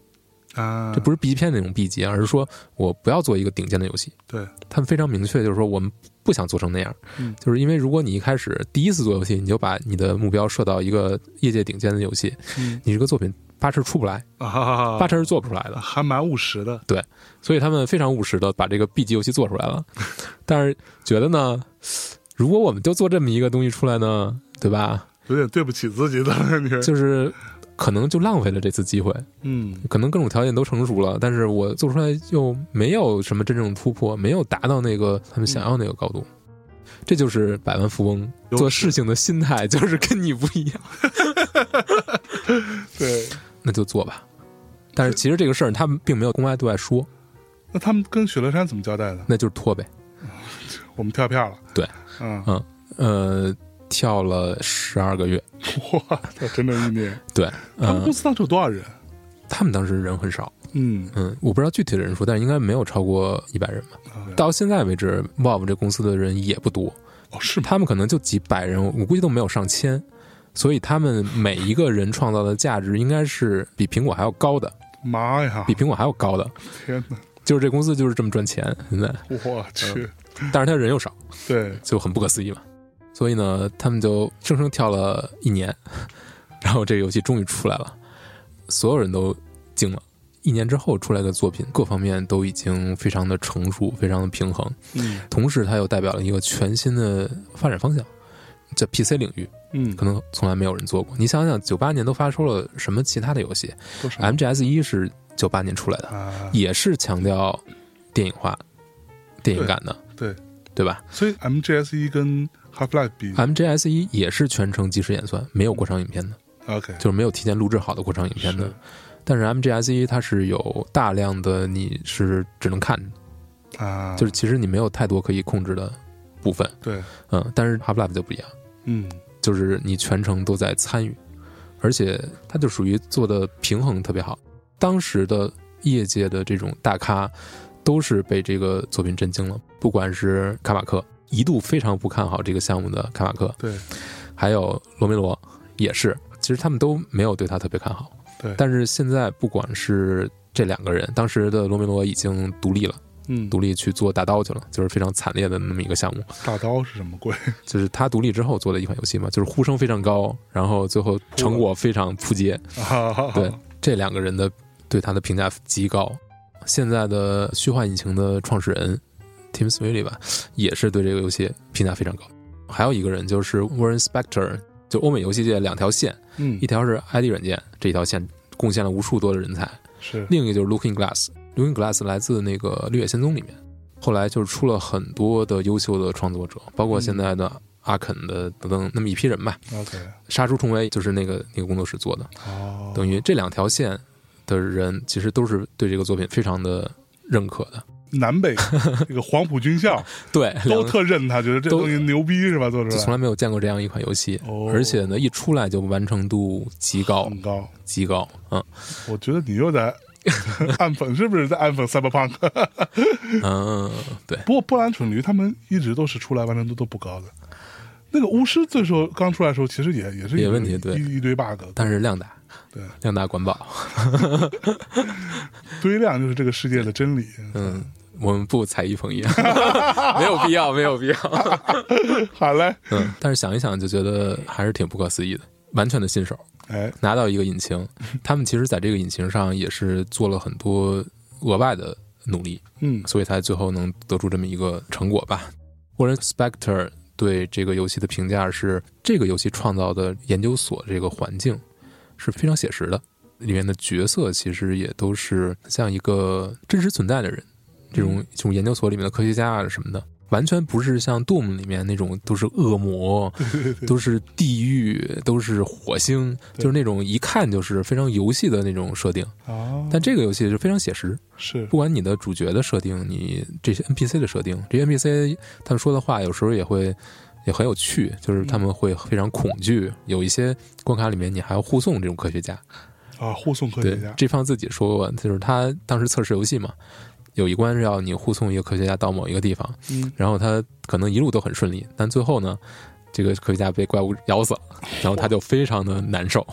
啊，这不是 B 片那种 B 级，而是说我不要做一个顶尖的游戏。对，他们非常明确，就是说我们不想做成那样，嗯就是因为如果你一开始第一次做游戏，你就把你的目标设到一个业界顶尖的游戏，嗯你这个作品八成出不来，啊，八成是做不出来的。还蛮务实的，所以他们非常务实的把这个 B 级游戏做出来了，但是觉得呢，如果我们就做这么一个东西出来呢，对吧？有点对不起自己的感觉，就是可能就浪费了这次机会，嗯可能各种条件都成熟了，但是我做出来又没有什么真正的突破，没有达到那个他们想要那个高度。这就是百万富翁优势做事情的心态， [laughs] 就是跟你不一样，对。那就做吧。但是其实这个事儿他们并没有公开对外说，那他们跟雪乐山怎么交代的？那就是拖呗。我们跳票了。对，嗯呃，跳了十二个月。 [laughs] 哇，那真的一年，对，他们嗯公，司当时有多少人？他们当时人很少，嗯，嗯，我不知道具体的人数，但是应该没有超过一百人吧。啊到现在为止，Valve 这公司的人也不多，哦是吗？他们可能就几百人，我估计都没有上千，所以他们每一个人创造的价值应该是比苹果还要高的，妈呀比！苹果还要高的， [laughs] 天哪，就是这公司就是这么赚钱，现在，我去，但是他人又少，对，就很不可思议嘛。所以呢，他们就生生跳了一年， [laughs] 然后这个游戏终于出来了，所有人都惊了。一年之后出来的作品，各方面都已经非常的成熟，非常的平衡，嗯同时它又代表了一个全新的发展方向，在 PC 领域。嗯，可能从来没有人做过。你想想，九八年都发售了什么其他的游戏多少？MGS 一是九八年出来的，啊？也是强调电影化、电影感的，对对吧所以 MGS 一 E 跟 Half Life 比？MGS 一也是全程即时演算，没有过场影片的， ，OK，就是没有提前录制好的过场影片的是。但是 MGS 一它是有大量的，你是只能看，啊，就是其实你没有太多可以控制的部分，对，嗯。但是 Half Life 就不一样。嗯就是你全程都在参与，而且它就属于做的平衡特别好。当时的业界的这种大咖都是被这个作品震惊了，不管是卡马克一度非常不看好这个项目的卡马克，对，还有罗梅罗也是，其实他们都没有对他特别看好。对但是现在不管是这两个人，当时的罗梅罗已经独立了，嗯，独立去做大刀去了，就是非常惨烈的那么一个项目。大刀是什么 [laughs] 鬼？就是他独立之后做的一款游戏嘛，就是呼声非常高，然后最后成果非常扑街。啊，对，这两个人的对他的评价极高。现在的虚幻引擎的创始人 Tim Sweeney 吧，也是对这个游戏评价非常高。还有一个人就是 Warren Spector，就欧美游戏界两条线，嗯一，条是 ID 软件这一条线贡献了无数多的人才，是，另一个就是 Looking Glass。Looking Glass 来自那个《绿野仙踪》里面，后来就是出了很多的优秀的创作者，包括嗯现在的阿肯的等等那么一批人吧。 OK，杀出重围就是那个那个工作室做的，哦，等于这两条线的人其实都是对这个作品非常的认可的。南北这个黄埔军校对， [laughs] 两都个特认他，觉得这都东西牛逼是吧？做出就从来来没有见过这样一款游戏，哦而且呢，一出来就完成度极高很高，极高。 [laughs] 嗯我觉得你又 [laughs] 在暗讽，是不是在暗讽 Cyberpunk？嗯，对，不过波兰蠢驴他们一直都是出来完成度都不高的。那个巫师最时候刚出来的时候，其实也也是也一堆问题对一一堆 bug，但是量大，对，量大管饱。堆量就是这个世界的真理。嗯，我们不踩一 [laughs] 捧一，没有必要，没有必要。好嘞，嗯，但是想一想就觉得还是挺不可思议的，完全的新手哎，拿到一个引擎，他们其实在这个引擎上也是做了很多额外的努力，嗯所以才最后能得出这么一个成果吧。Warren Spector 对这个游戏的评价是：这个游戏创造的研究所这个环境是非常写实的，里面的角色其实也都是像一个真实存在的人，这种这种研究所里面的科学家啊什么的。完全不是像《Doom》里面那种都是恶魔，都是地狱，都是火星，就是那种一看就是非常游戏的那种设定。啊，但这个游戏是非常写实，是不管你的主角的设定，你这些 NPC 的设定，这些 NPC 他们说的话有时候也会也很有趣，就是他们会非常恐惧。有一些关卡里面你还要护送这种科学家，啊，护送科学对家，这方自己说过，就是他当时测试游戏嘛，有一关是要你护送一个科学家到某一个地方，嗯然后他可能一路都很顺利，但最后呢。这个科学家被怪物咬 [laughs] 死了，然后他就非常的难受。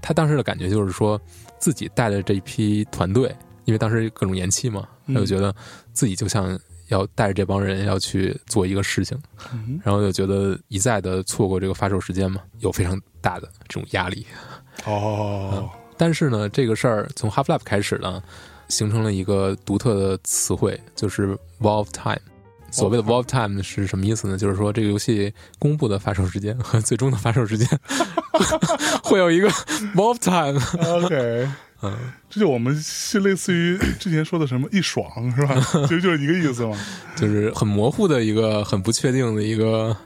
他当时的感觉就是说，自己带着这一批团队，因为当时各种延期嘛，嗯他就觉得自己就像要带着这帮人要去做一个事情，嗯然后就觉得一再的错过这个发售时间嘛，有非常大的这种压力。哦，但是呢，这个事儿从 Half Life 开始呢，形成了一个独特的词汇，就是 Valve Time。所谓的哦 Valve Time 是什么意思呢？就是说这个游戏公布的发售时间和最终的发售时间 [laughs] 会有一个 Valve Time。 [laughs] OK，嗯，这就我们是类似于之前说的什么一爽是吧？ [laughs] 其实就是一个意思嘛，就是很模糊的一个、很不确定的一个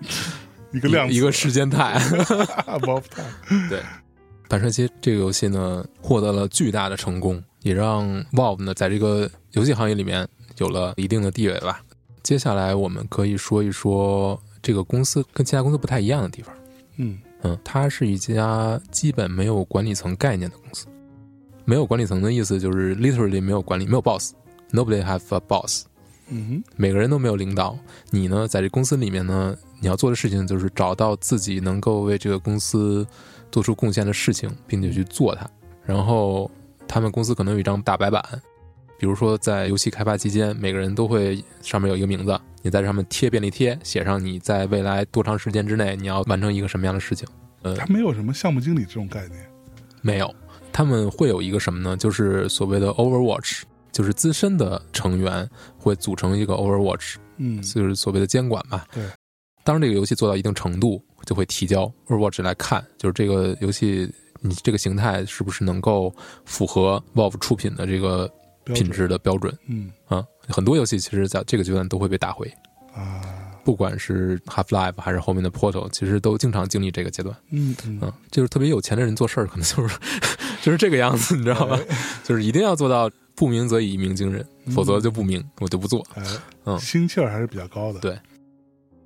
一个量一 [laughs] 个时间态。 b o b t 对，《反射街》这个游戏呢，获得了巨大的成功，也让 Valve 呢在这个游戏行业里面有了一定的地位吧。接下来我们可以说一说这个公司跟其他公司不太一样的地方。嗯嗯，它是一家基本没有管理层概念的公司。没有管理层的意思就是 literally 没有管理，没有 boss，nobody have a boss，嗯每个人都没有领导。你呢，在这公司里面呢，你要做的事情就是找到自己能够为这个公司做出贡献的事情，并且去做它。然后他们公司可能有一张大白板，比如说在游戏开发期间，每个人都会上面有一个名字，你在上面贴便利贴，写上你在未来多长时间之内你要完成一个什么样的事情。哼，他没有什么项目经理这种概念。没有，他们会有一个什么呢？就是所谓的 Overwatch，就是资深的成员会组成一个 Overwatch，嗯，就是所谓的监管吧。对，当这个游戏做到一定程度，就会提交 Overwatch 来看，就是这个游戏你这个形态是不是能够符合 Valve 出品的这个标准品质的标准嗯啊、很多游戏其实在这个阶段都会被打回，啊，不管是 Half Life 还是后面的 Portal，其实都经常经历这个阶段。嗯嗯嗯，就是特别有钱的人做事儿，可能就是 [laughs] 就是这个样子，你知道吧？哎就是一定要做到不鸣则已，一鸣惊人，否则就不鸣，我就不做。嗯哎，嗯心气儿还是比较高的。对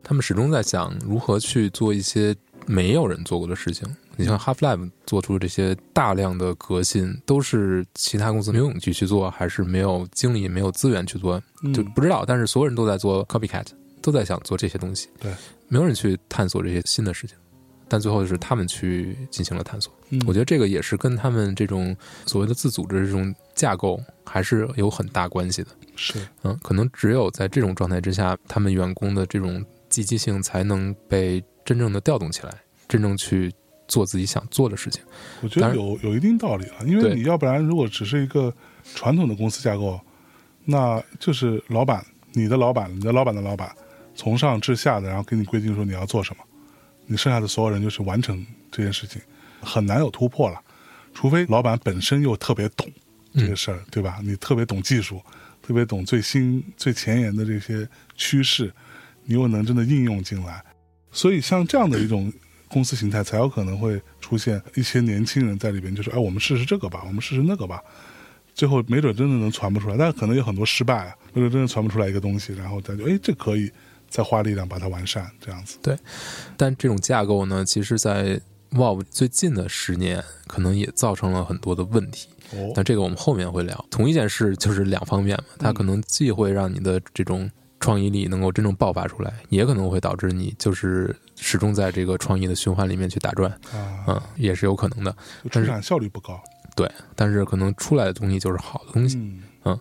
他们始终在想如何去做一些没有人做过的事情。你嗯像 Half Life 做出这些大量的革新，都是其他公司没有勇气去做，还是没有精力、没有资源去做，嗯就不知道。但是所有人都在做 copycat，都在想做这些东西，对，没有人去探索这些新的事情。但最后就是他们去进行了探索。嗯我觉得这个也是跟他们这种所谓的自组织这种架构还是有很大关系的。是嗯，可能只有在这种状态之下，他们员工的这种积极性才能被真正的调动起来，真正去做自己想做的事情。我觉当得然有有一定道理了，因为对你要不然如果只是一个传统的公司架构，那就是老板，你的老板，你的老板的老板，从上至下的，然后给你规定说你要做什么，你剩下的所有人就是完成这件事情，很难有突破了，除非老板本身又特别懂这嗯个事儿，对吧？你特别懂技术，特别懂最新最前沿的这些趋势，你又能真的应用进来，所以像这样的一种公司形态，才有可能会出现一些年轻人在里边，就是哎，我们试试这个吧，我们试试那个吧，最后没准真的能传不出来，但可能有很多失败啊，没准真的传不出来一个东西，然后大家就哎，这可以再花力量把它完善，这样子。嗯但这种架构呢，其实在 Valve 最近的十年，可能也造成了很多的问题。哦，但这个我们后面会聊。同一件事就是两方面嘛，它可能既会让你的这种创意力能够真正爆发出来，也可能会导致你就是始终在这个创意的循环里面去打转，啊，嗯，也是有可能的。就出产效率不高。对，但是可能出来的东西就是好的东西。嗯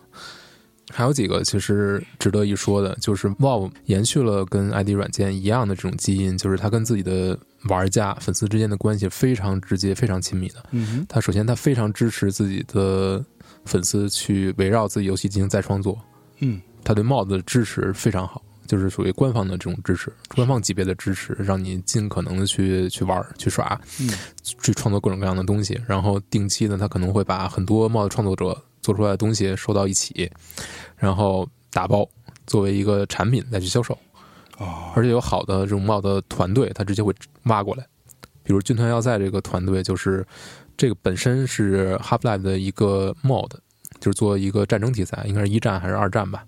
还有几个其实值得一说的，就是 Valve 延续了跟 ID 软件一样的这种基因，就是它跟自己的玩家、粉丝之间的关系非常直接、非常亲密的。嗯哼他首先他非常支持自己的粉丝去围绕自己游戏进行再创作，嗯他对帽子的支持非常好，就是属于官方的这种支持，官方级别的支持，让你尽可能的去去玩儿、去耍、嗯去创作各种各样的东西。然后定期呢，他可能会把很多帽子创作者做出来的东西收到一起，然后打包作为一个产品再去销售。啊，而且有好的这种帽的团队，他直接会挖过来。比如军团要塞这个团队，就是这个本身是 Half Life 的一个 mod，就是做一个战争题材，应该是一战还是二战吧？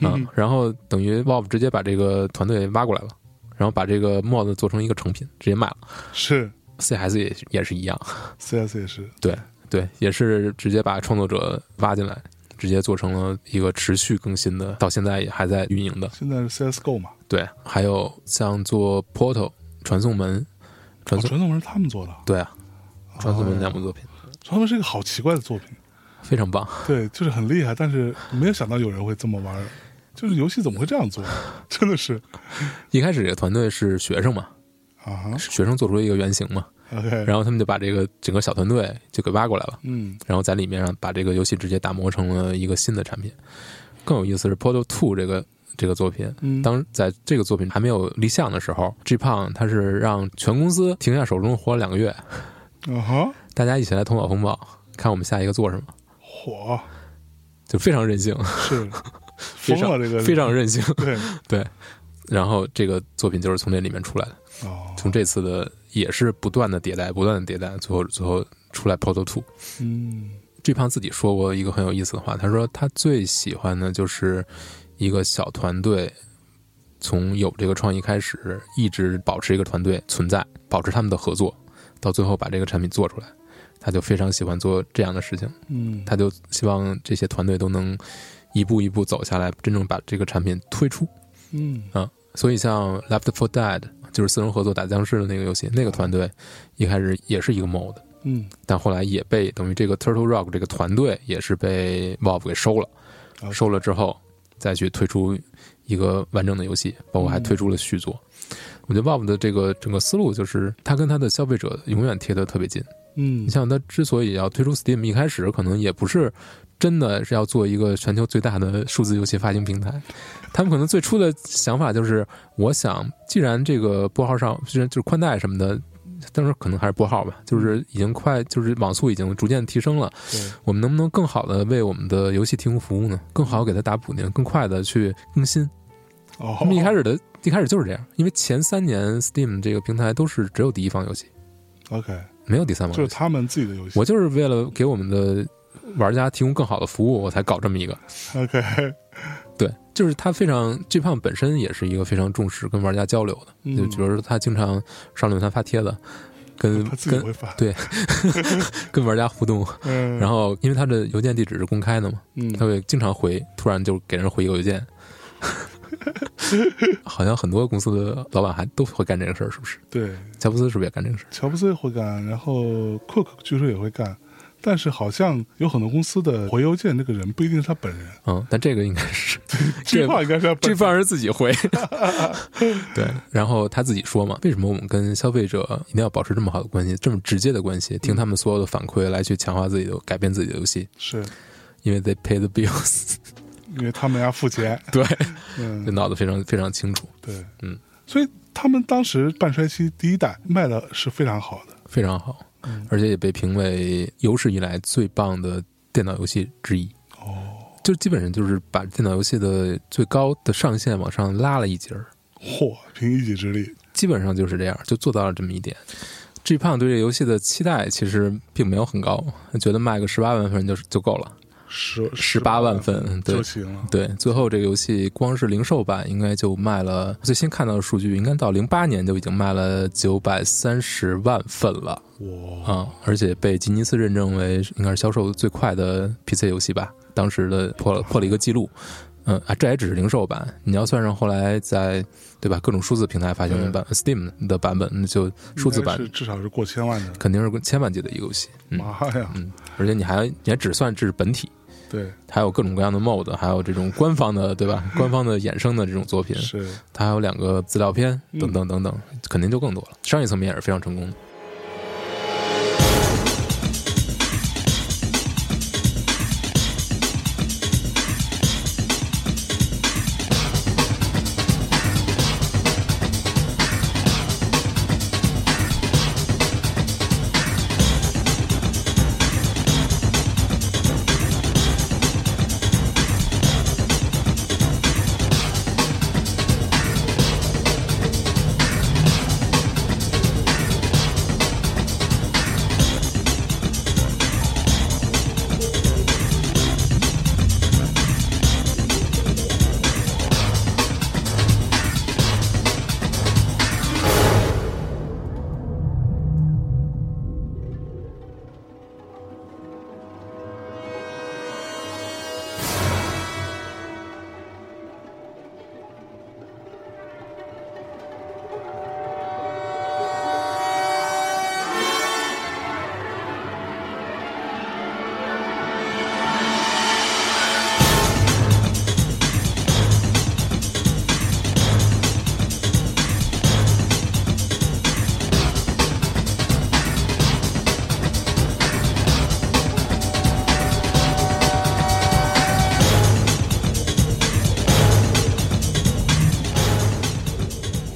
啊、嗯然后等于 Valve 直接把这个团队挖过来了，然后把这个 mod 做成一个成品，直接卖了。是 CS 也也是一样， [laughs] CS 也是，对，也是直接把创作者挖进来，直接做成了一个持续更新的，到现在也还在运营的。现在是 CSGO 嘛，对，还有像做 Portal 传送门，哦传送、传统文是他们做的，对啊，传送门哦两部作品、传统文是一个好奇怪的作品，非常棒。对，就是很厉害，但是没有想到有人会这么玩儿，就是游戏怎么会这样做？ [laughs] 真的是一开始这个团队是学生嘛，啊哈学生做出一个原型嘛， ，OK，然后他们就把这个整个小团队就给挖过来了，嗯然后在里面上把这个游戏直接打磨成了一个新的产品。更有意思是 Portal Two 这个这个作品。嗯，当在这个作品还没有立项的时候，G 胖他是让全公司停下手中活了两个月，啊哈，大家一起来头脑风暴，看我们下一个做什么，火就非常任性，是 [laughs] 非疯常了这个非常任性。对然后这个作品就是从这里面出来的，哦，从这次的也是不断的迭代，不断的迭代，最后最后出来 Proto Two。嗯 G 胖自己说过一个很有意思的话，他说他最喜欢的就是一个小团队从有这个创意开始，一直保持一个团队存在，保持他们的合作，到最后把这个产品做出来。他就非常喜欢做这样的事情，嗯，他就希望这些团队都能一步一步走下来，真正把这个产品推出。嗯所以像 Left for Dead 就是四人合作打僵尸的那个游戏，那个团队一开始也是一个 mod，嗯但后来也被等于这个 Turtle Rock 这个团队也是被 Valve 给收了， OK 收了之后再去推出一个完整的游戏，包括还推出了续作。我觉得 Valve 的这个整个思路就是，它跟它的消费者永远贴得特别近。嗯你像它之所以要推出 Steam，一开始可能也不是真的是要做一个全球最大的数字游戏发行平台，他们可能最初的想法就是，我想既然这个拨号上，既然就是宽带什么的。当时可能还是拨号吧，就是已经快，就是网速已经逐渐提升了。对我们能不能更好的为我们的游戏提供服务呢？更好地给它打补丁，更快的去更新。哦，他们一开始的一开始就是这样，因为前三年 Steam 这个平台都是只有第一方游戏， OK，没有第三方游戏。就是他们自己的游戏我就是为了给我们的玩家提供更好的服务，我才搞这么一个。 OK，对，就是他非常 G 胖本身也是一个非常重视跟玩家交流的，嗯哦就比如说他经常上论坛发帖子，跟他自己跟会发，跟玩家互动，嗯，然后后因为他的邮件地址是公开的嘛，嗯他会经常回，突然就给人回一个邮件。 [laughs] 好像很多公司的老板还都会干这个事儿，是不是？对，乔布斯是不是也干这个事儿？乔布斯也会干，然后 Cook 据说也会干，但是好像有很多公司的回邮件那个人不一定是他本人，嗯，但这个应该是这这话应该是他本 [laughs] 这人份儿是自己回，对，然后他自己说嘛，为什么我们跟消费者一定要保持这么好的关系，这么直接的关系，听他们所有的反馈来去强化自己的、改变自己的游戏，是因为 they pay the bills， [laughs] 因为他们要付钱，对，嗯这，脑子非常非常清楚，对，嗯，所以他们当时半衰期第一代卖的是非常好的，非常好嗯，而且也被评为有史以来最棒的电脑游戏之一，哦，就基本上就是把电脑游戏的最高的上限往上拉了一截儿，嚯，凭一己之力，基本上就是这样，就做到了这么一点。G 胖对这游戏的期待其实并没有很高，觉得卖个十八万分就就够了，十十八万分，对就行了，对。最后这个游戏光是零售版应该就卖了，最新看到的数据应该到零八年就已经卖了九百三十万份了哇，啊、而且被吉尼斯认证为应该是销售最快的 PC 游戏吧，当时的破了破了一个记录。嗯啊，这也只是零售版，你要算上后来在对吧各种数字平台发行的版 Steam 的版本，那就数字版应该是至少是过千万的，肯定是千万级的一个游戏，嗯，嗯妈呀，而且你还你还只算这是本体，对，还有各种各样的 mod，还有这种官方的对吧？官方的衍生的这种作品，是，它还有两个资料片嗯等等等等，肯定就更多了。商业层面也是非常成功的。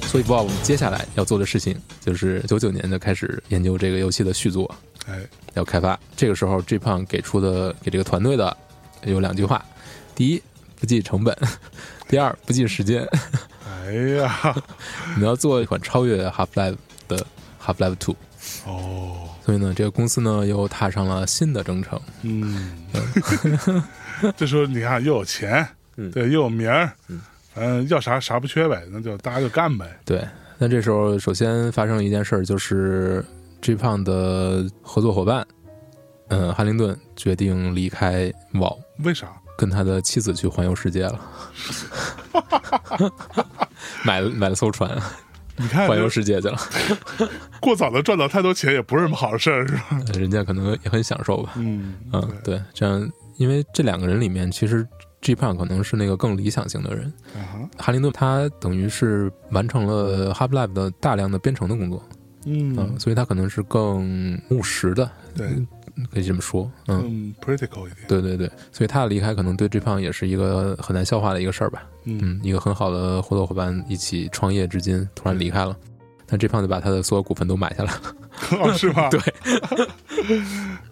所以 v o b 接下来要做的事情就是九九年就开始研究这个游戏的续作，哎，要开发。这个时候 G 胖给出的给这个团队的有两句话：第一，不计成本； [laughs] 第二，不计时间。哎呀，你要做一款超越 Half Life 的 Half Life Two。哦，所以呢，这个公司呢又踏上了新的征程。 [laughs] 嗯，这时候你看又有钱，嗯对，又有名儿，反正要啥啥不缺呗，那就大家就干呗。对，那这时候首先发生了一件事儿，就是 G 胖的合作伙伴，嗯，汉灵顿决定离开 WoW，为啥？跟他的妻子去环游世界了， [laughs] 买了买了艘船，你看环游世界去 [laughs] 了。过早的赚到太多钱也不是什么好事儿，是吧？人家可能也很享受吧。嗯嗯，对，这样，因为这两个人里面，其实 G 胖可能是那个更理想型的人，啊哈，哈林顿他等于是完成了 h u b Lab 的大量的编程的工作，嗯嗯，，所以他可能是更务实的，对，可以这么说，嗯。嗯，practical 一点，对对对，所以他的离开可能对 G 胖也是一个很难消化的一个事儿吧。嗯嗯，一个很好的合作伙伴一起创业至今，突然离开了，但 G 胖就把他的所有股份都买下来了。 [laughs] 哦，是吧？ [laughs] 对， [laughs]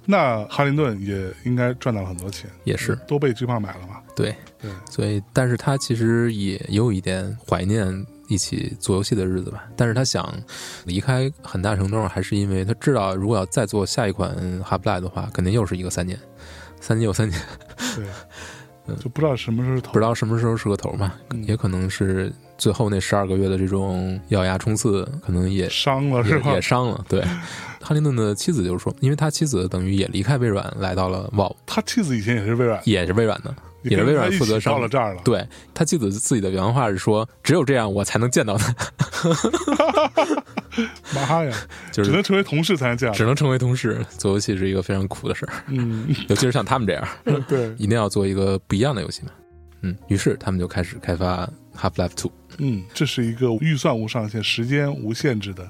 那哈林顿也应该赚到了很多钱，也是都被 G 胖买了嘛？对，对，所以但是他其实也有一点怀念一起做游戏的日子吧。但是他想离开，很大程度上还是因为他知道，如果要再做下一款 h u b l i 的话，肯定又是一个三年，三年又三年， [laughs] 对，就不知道什么时候是头，嗯不知道什么时候是个头嘛，嗯也可能是最后那十二个月的这种咬牙冲刺，可能也伤了是也吧也？伤了。对，哈林顿的妻子就说，因为他妻子等于也离开微软，来到了 WoW，他妻子以前也是微软，也是微软的。也是跟微软他一负责起上到了这儿了，对他妻子自己的原话是说：“只有这样，我才能见到他， [laughs] 妈呀，就只是能成为同事才能这样只，能成为同事。做游戏是一个非常苦的事儿，嗯，尤其是像他们这样，对，一定要做一个不一样的游戏嘛。”嗯，于是他们就开始开发 Half-Life Two。嗯，这是一个预算无上限、时间无限制的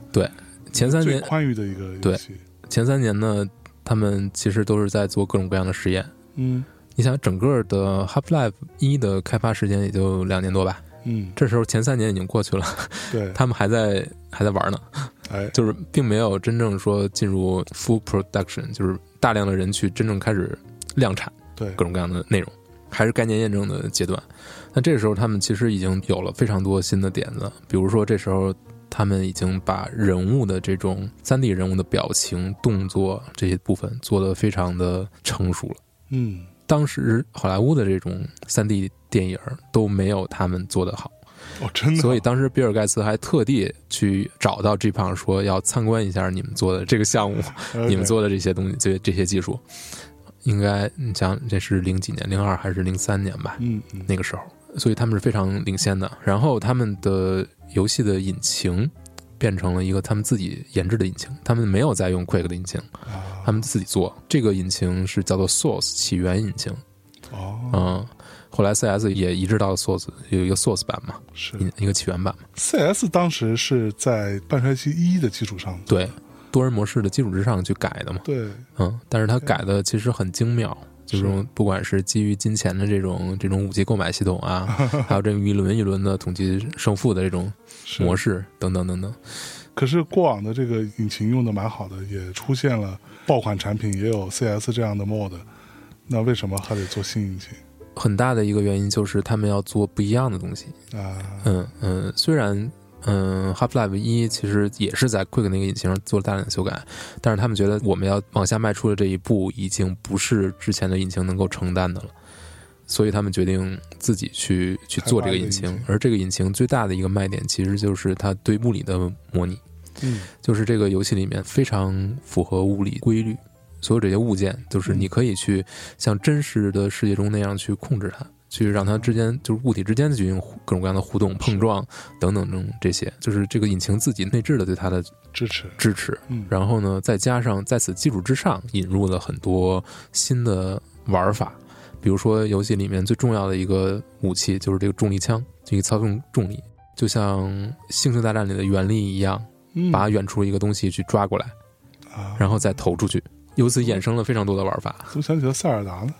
前三最年，宽裕的一个游对戏，前三年呢，他们其实都是在做各种各样的实验。嗯你想，整个的 Half-Life 一的开发时间也就两年多吧，嗯，这时候前三年已经过去了，对，他们还在还在玩呢，哎，就是并没有真正说进入 full production，就是大量的人去真正开始量产对各种各样的内容，还是概念验证的阶段。那这时候他们其实已经有了非常多新的点子，比如说这时候他们已经把人物的这种三 D 人物的表情、动作这些部分做得非常的成熟了。嗯，当时好莱坞的这种三 D 电影儿都没有他们做得好。哦，真的，所以当时比尔盖茨还特地去找到 G 胖说要参观一下你们做的这个项 [laughs] 目，哎你们，做的这些东西，这这些技术，应该你想这是零几年，零二还是零三年吧对？嗯嗯，那个时候，所以他们是非常领先的。然后他们的游戏的引擎变成了一个他们自己研制的引擎，他们没有再用 Quick 的引擎，啊他们自己做。这个引擎是叫做 Source 起源引擎，哦，嗯，后来 CS 也移植到了 Source，有一个 Source 版嘛，是一一个起源版嘛。 CS 当时是在《半衰期一》的基础上，对多人模式的基础之上去改的嘛，对，嗯，但是它改的其实很精妙，就是说不管是基于金钱的这种这种武器购买系统 [laughs] 啊，还有这个一轮一轮的统计胜负的这种是模式等等等等，可是过往的这个引擎用的蛮好的，也出现了爆款产品，也有 CS 这样的 mod，那为什么还得做新引擎很大的一个原因就是他们要做不一样的东西，啊？嗯嗯，虽然。嗯，Half-Life 一其实也是在 Quick 那个引擎上做了大量的修改，但是他们觉得我们要往下迈出的这一步已经不是之前的引擎能够承担的了，所以他们决定自己去去做这个引开发一个擎引。擎而这个引擎最大的一个卖点其实就是它对物理的模拟，嗯就是这个游戏里面非常符合物理规律，所有这些物件就是你可以去像真实的世界中那样去控制它，去让它之间就是物体之间的进行互各种各样的互动、碰撞等等等这些，就是这个引擎自己内置的对它的支持，支持。嗯，然后呢，再加上在此基础之上引入了很多新的玩法，比如说游戏里面最重要的一个武器就是这个重力枪，这个操纵重力，就像《星球大战》里的原力一样。嗯把远处一个东西去抓过来，啊，然后再投出去，由嗯此衍生了非常多的玩法。怎么想起了塞尔达 [laughs] 呢？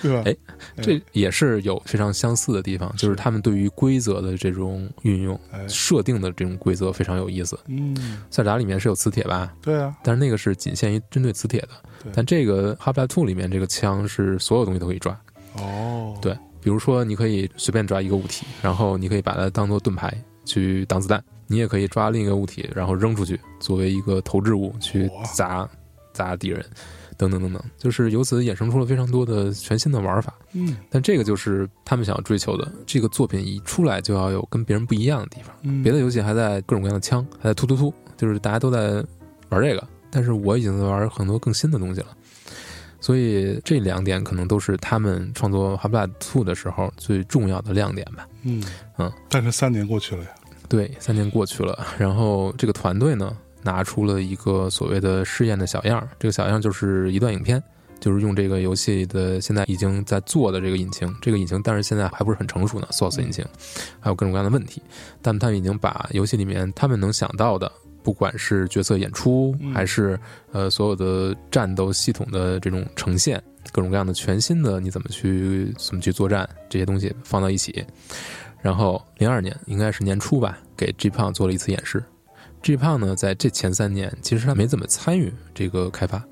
对吧？哎嗯这也是有非常相似的地方，就是他们对于规则的这种运用、哎，设定的这种规则非常有意思。嗯，塞尔达里面是有磁铁吧，对啊，但是那个是仅限于针对磁铁的对，但这个《哈布拉兔》里面这个枪是所有东西都可以抓，哦，对比如说你可以随便抓一个物体，然后你可以把它当做盾牌去挡子弹，你也可以抓另一个物体，然后扔出去作为一个投掷物去哇砸砸敌人。等等等等，就是由此衍生出了非常多的全新的玩法。嗯但这个就是他们想要追求的，这个作品一出来就要有跟别人不一样的地方。嗯，别的游戏还在各种各样的枪，还在突突突，就是大家都在玩这个，但是我已经在玩很多更新的东西了。所以这两点可能都是他们创作《哈布拉兔》的时候最重要的亮点吧。嗯嗯，但是三年过去了呀，对，三年过去了，然后这个团队呢拿出了一个所谓的试验的小样儿，这个小样儿就是一段影片，就是用这个游戏的现在已经在做的这个引擎，这个引擎但是现在还不是很成熟呢，Source 引擎，还有各种各样的问题，但他们已经把游戏里面他们能想到的。不管是角色演出，嗯还是呃所有的战斗系统的这种呈现，各种各样的全新的你怎么去怎么去作战这些东西放到一起，然后零二年应该是年初吧，给 G 胖做了一次演示。G 胖呢，在这前三年其实他没怎么参与这个开发，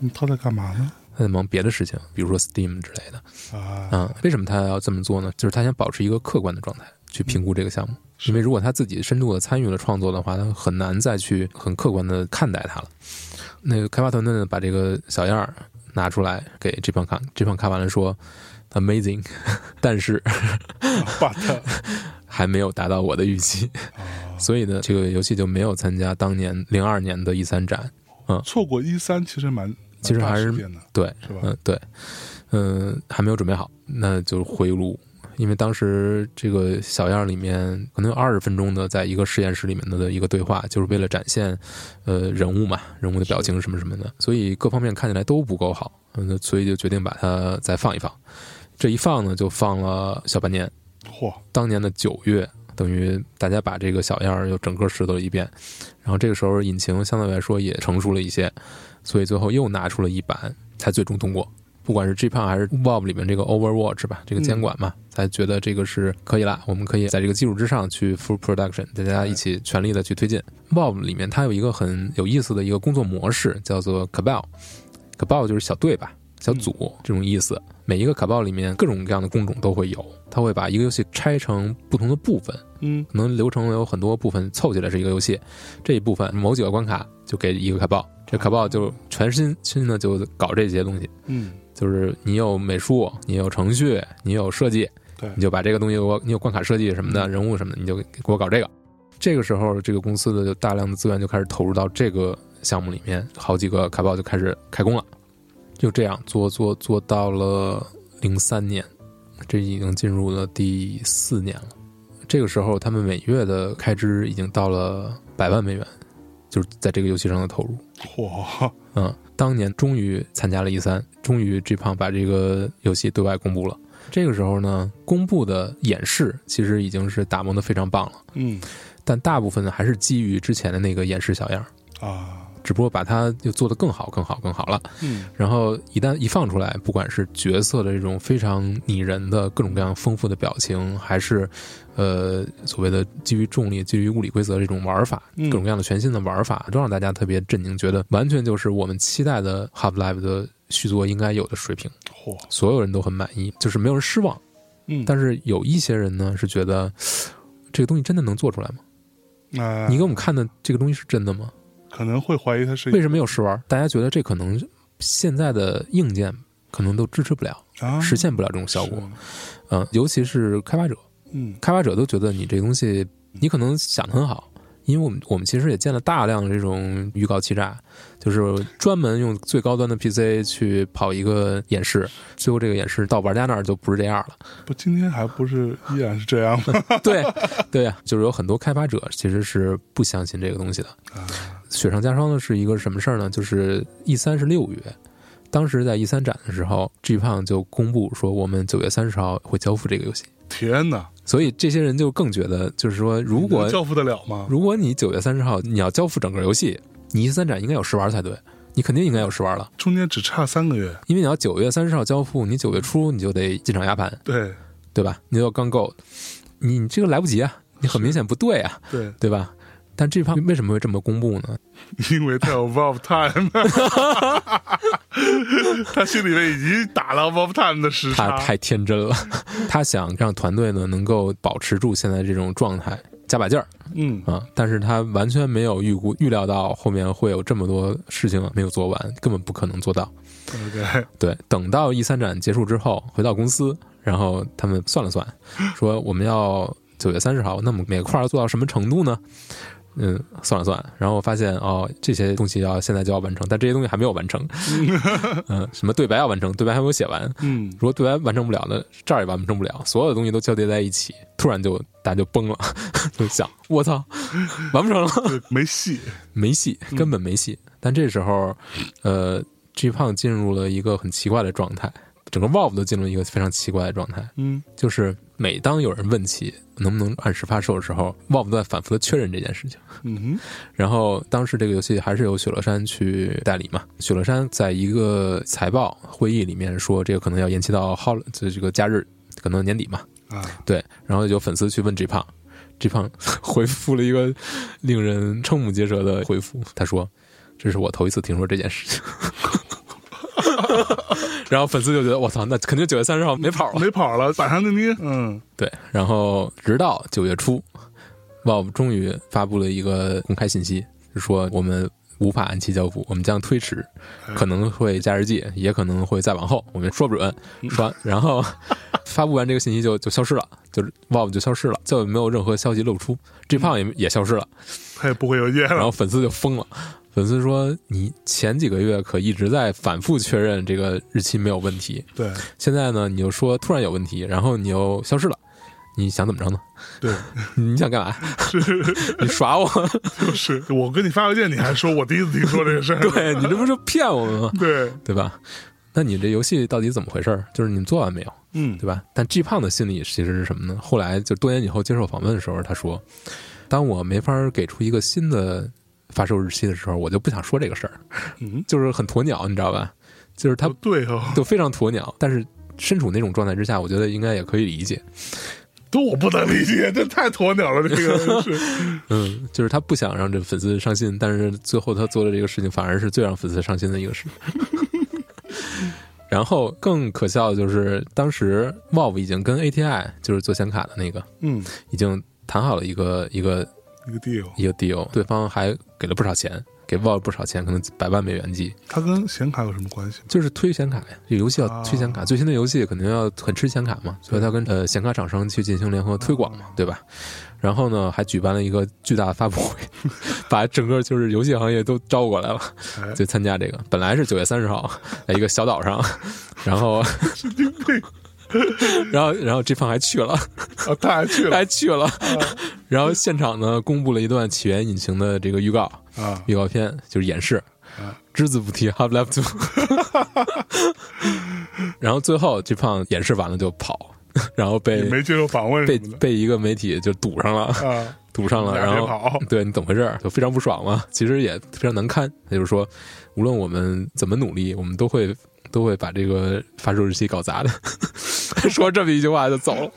嗯他在干嘛呢？他在忙别的事情，比如说 Steam 之类的。啊，啊、为什么他要这么做呢？就是他想保持一个客观的状态去评估这个项目，是因为如果他自己深度的参与了创作的话，他很难再去很客观的看待它了。那个开发团队呢，把这个小样儿拿出来给 G 胖看，G 胖看完了说 Amazing，但 [laughs] 是把他 [laughs] 还没有达到我的预期。啊所以呢，这个游戏就没有参加当年零二年的 E 三展。错过一三其实蛮其实还是蛮大事件的，对，是吧嗯、对，嗯、还没有准备好，那就回炉。因为当时这个小样里面可能有二十分钟的，在一个实验室里面的一个对话，就是为了展现，呃，人物嘛，人物的表情什么什么的，所以各方面看起来都不够好，嗯、所以就决定把它再放一放。这一放呢，就放了小半年，嚯，当年的九月，等于大家把这个小样儿又整个拾掇了一遍，然后这个时候引擎相对来说也成熟了一些，所以最后又拿出了一版，才最终通过。不管是 G 胖还是 Bob 里面这个 Overwatch 吧，这个监管嘛，才觉得这个是可以啦。我们可以在这个基础之上去 full production，大家一起全力的去推进。Bob 里面它有一个很有意思的一个工作模式，叫做 Cabal，Cabal 就是小队吧，小组、这种意思。每一个卡包里面各种各样的工种都会有，它会把一个游戏拆成不同的部分，嗯可能流程有很多部分凑起来是一个游戏，这一部分某几个关卡就给一个卡包，这卡包就全身心的就搞这些东西，嗯，就是你有美术，你有程序，你有设计，对你就把这个东西给我，你有关卡设计什么的，人物什么的，你就给我搞这个。这个时候，这个公司的就大量的资源就开始投入到这个项目里面，好几个卡包就开始开工了。就这样做做做到了零三年，这已经进入了第四年了。这个时候，他们每月的开支已经到了百万美元，就是在这个游戏上的投入。 [laughs] 嚯，嗯，当年终于参加了 E 三，终于 G 胖把这个游戏对外公布了。这个时候呢，公布的演示其实已经是打磨的非常棒了，嗯但大部分还是基于之前的那个演示小样儿，啊，只不过把它就做得更好、更好、更好了。嗯然后一旦一放出来，不管是角色的这种非常拟人的各种各样丰富的表情，还是呃所谓的基于重力、基于物理规则这种玩法，嗯各种各样的全新的玩法，都让大家特别震惊，觉得完全就是我们期待的 Half Life 的续作应该有的水平，嚯，所有人都很满意，就是没有人失望。嗯，但是有一些人呢是觉得这个东西真的能做出来吗？那你给我们看的这个东西是真的吗？啊可能会怀疑他是为什么有试玩？大家觉得这可能现在的硬件可能都支持不了。啊实现不了这种效果。，嗯，尤其是开发者，是嗯开发者都觉得你这东西，你可能想得很好，因为我们我们其实也见了大量的这种预告欺诈，就是专门用最高端的 PC 去跑一个演示，最后这个演示到玩家那儿就不是这样了。不，今天还不是依然是这样 [laughs] 吗？对，对啊，就是有很多开发者其实是不相信这个东西的。啊雪上加霜的是一个什么事儿呢？就是 E 三是六月，当时在 E 三展的时候，G 胖就公布说我们九月三十号会交付这个游戏。天哪，所以这些人就更觉得，就是说，如能果交付得了吗？如果你九月三十号你要交付整个游戏，你一三展应该有试玩才对，你肯定应该有试玩了，中间只差三个月，因为你要九月三十号交付，你九月初你就得进场压盘，对对吧？你要刚够，你你这个来不及啊，你很明显不对啊，对，对吧？但这方为什么会这么公布呢？因为他有 Valve Time，他心里面已经打了 Valve Time 的时他差，太天真了，他想让团队呢能够保持住现在这种状态，加把劲儿，嗯啊，但是他完全没有预估预料到后面会有这么多事情没有做完，根本不可能做到。 ，OK，对，等到 E 三展结束之后，回到公司，然后他们算了算，说我们要九月三十号，那么每块儿要做到什么程度呢？嗯，算了算，然后发现哦，这些东西要现在就要完成，但这些东西还没有完成。嗯，什么对白要完成，对白还没有写完。嗯如果对白完成不了呢，这儿也完成不了，所有的东西都交叠在一起，突然就大家就崩了， [laughs] 就想我操，完不成了。这没戏，没戏，根本没戏。但这时候，呃，G 胖进入了一个很奇怪的状态，整个 Valve 都进入一个非常奇怪的状态，嗯就是每当有人问起能不能按时发售的时候，Valve 都在反复的确认这件事情。嗯然后当时这个游戏还是由雪乐山去代理嘛，雪乐山在一个财报会议里面说，这个可能要延期到 hol 这这个假日，可能年底嘛。哼啊，对，然后有粉丝去问 G 胖，G 胖 [laughs] 回复了一个令人瞠目结舌的回复，他说：“这是我头一次听说这件事情。” [laughs] 然后粉丝就觉得我操，那肯定九月三十号没跑啊了。没跑了，板上钉钉，嗯对，然后直到九月初，Valve 终于发布了一个公开信息，是说我们无法按期交付，我们将推迟，可能会假日季，也可能会再往后，我们说不准。说完，然后发布完这个信息就就消失了，就是 Valve 就消失了，就没有任何消息露出。G 胖也也消失了，他也不回邮件然了，后粉丝就疯了。粉丝说：“你前几个月可一直在反复确认这个日期没有问题，对现在呢，你又说突然有问题，然后你又消失了，你想怎么着呢？对，你想干嘛？你耍我？ [laughs] 就是我跟你发邮件，你还说我第一次听说这个事儿， [laughs] 对你这不是骗我们吗？对，对吧？那你这游戏到底怎么回事儿？就是你们做完没有，嗯对吧？但 G 胖的心理其实是什么呢？后来就多年以后接受访问的时候，他说：“当我没法给出一个新的发售日期的时候，我就不想说这个事儿，嗯，就是很鸵鸟，你知道吧？就是他不对哦，就非常鸵鸟，但是身处那种状态之下，我觉得应该也可以理解。都我不能理 [laughs] 解，这太鸵鸟了，这个是，嗯，就是他不想让这粉丝伤心，但是最后他做的这个事情反而是最让粉丝伤心的一个事。然后更可笑的就是，当时 Valve 已经跟 ATI 就是做显卡的那个嗯，已经谈好了一个一个一个 deal，一个 deal，对方还给了不少钱，给 Valve 不少钱，可能百万美元计，它跟显卡有什么关系？就是推显卡呀，这游戏要推显卡，最新的游戏肯定要很吃显卡嘛，所以他跟呃显卡厂商去进行联合推广嘛，对吧？然后呢，还举办了一个巨大的发布会，把整个就是游戏行业都招过来了，哎就参加这个。本来是九月三十号在一个小岛上，然后然后然后这方还去了，啊，他还去了还去了，然后现场呢公布了一段起源引擎的这个预告，啊，预告片就是演示啊，只字不提 Have Left To，然后最后这胖演示完了就跑，然后也被哎没接受访问被什么的，被一个媒体就堵上 [laughs] 了，啊，堵上了，俩然人后跑， [laughs] 对你怎么回事儿就非常不爽嘛，其实也非常难堪。他就是说，无论我们怎么努力，我们都会都会把这个发售日期搞砸的。 [laughs] 说这么一句话就走了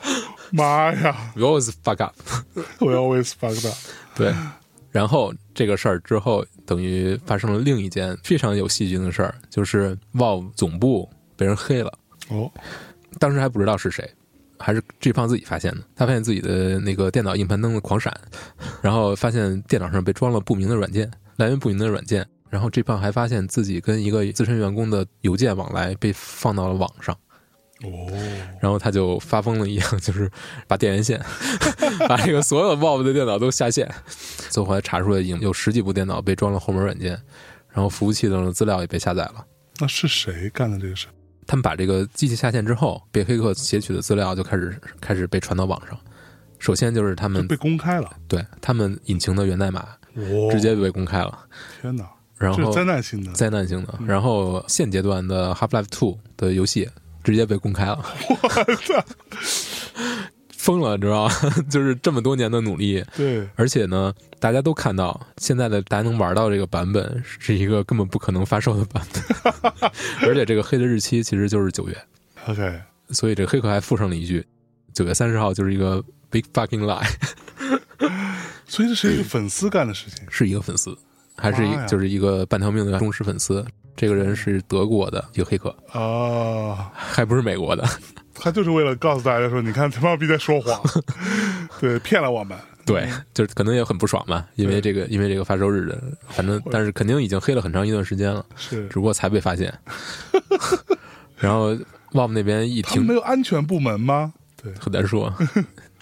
妈呀 [laughs] ，You always fuck up。 ，We always fuck up，对，然后这个事儿之后，等于发生了另一件非常有戏剧的事儿，就是 Valve 总部被人黑了，哦，当时还不知道是谁，还是 G 胖自己发现的。他发现自己的那个电脑硬盘灯的狂闪，然后发现电脑上被装了不明的软件，来源不明的软件。然后 G 胖还发现自己跟一个资深员工的邮件往来被放到了网上。哦，然后他就发疯了一样， [laughs] 就是把电源线， [laughs] 把这个所有 Valve 的电脑都下线。最后还查出来，已经有十几部电脑被装了后门软件，然后服务器等的资料也被下载了。那是谁干的这个事？他们把这个机器下线之后，被黑客截取的资料就开始开始被传到网上。首先就是他就们被公开了，对他们引擎的源代码哦直接被公开了，天哪，然这后是灾难性的，灾难性的，嗯然后现阶段的 Half Life Two 的游戏直接被公开了，疯了，你知道吗？ [laughs] 就是这么多年的努力，对，而且呢，大家都看到现在的大家能玩到这个版本是一个根本不可能发售的版本， [laughs] 而且这个黑的日期其实就是九月， OK，所以这个黑客还附上了一句：九月三十号就是一个 big fucking lie，所以这是一个粉丝干的事情。是一个粉丝，还是一妈呀就是一个半条命的忠实粉丝。这个人是德国的一个黑客，啊，还不是美国的。 [laughs] 他就是为了告诉大家说，你看他妈逼在说谎，对，骗了我们，对，就是可能也很不爽吧，因为这个，因为这个发售日的，反正但是肯定已经黑了很长一段时 [laughs] 间了，是只不过才被发现。 [laughs] 然后 WOM 那边一他们听没有安全部门吗？对，很难 [laughs] 说，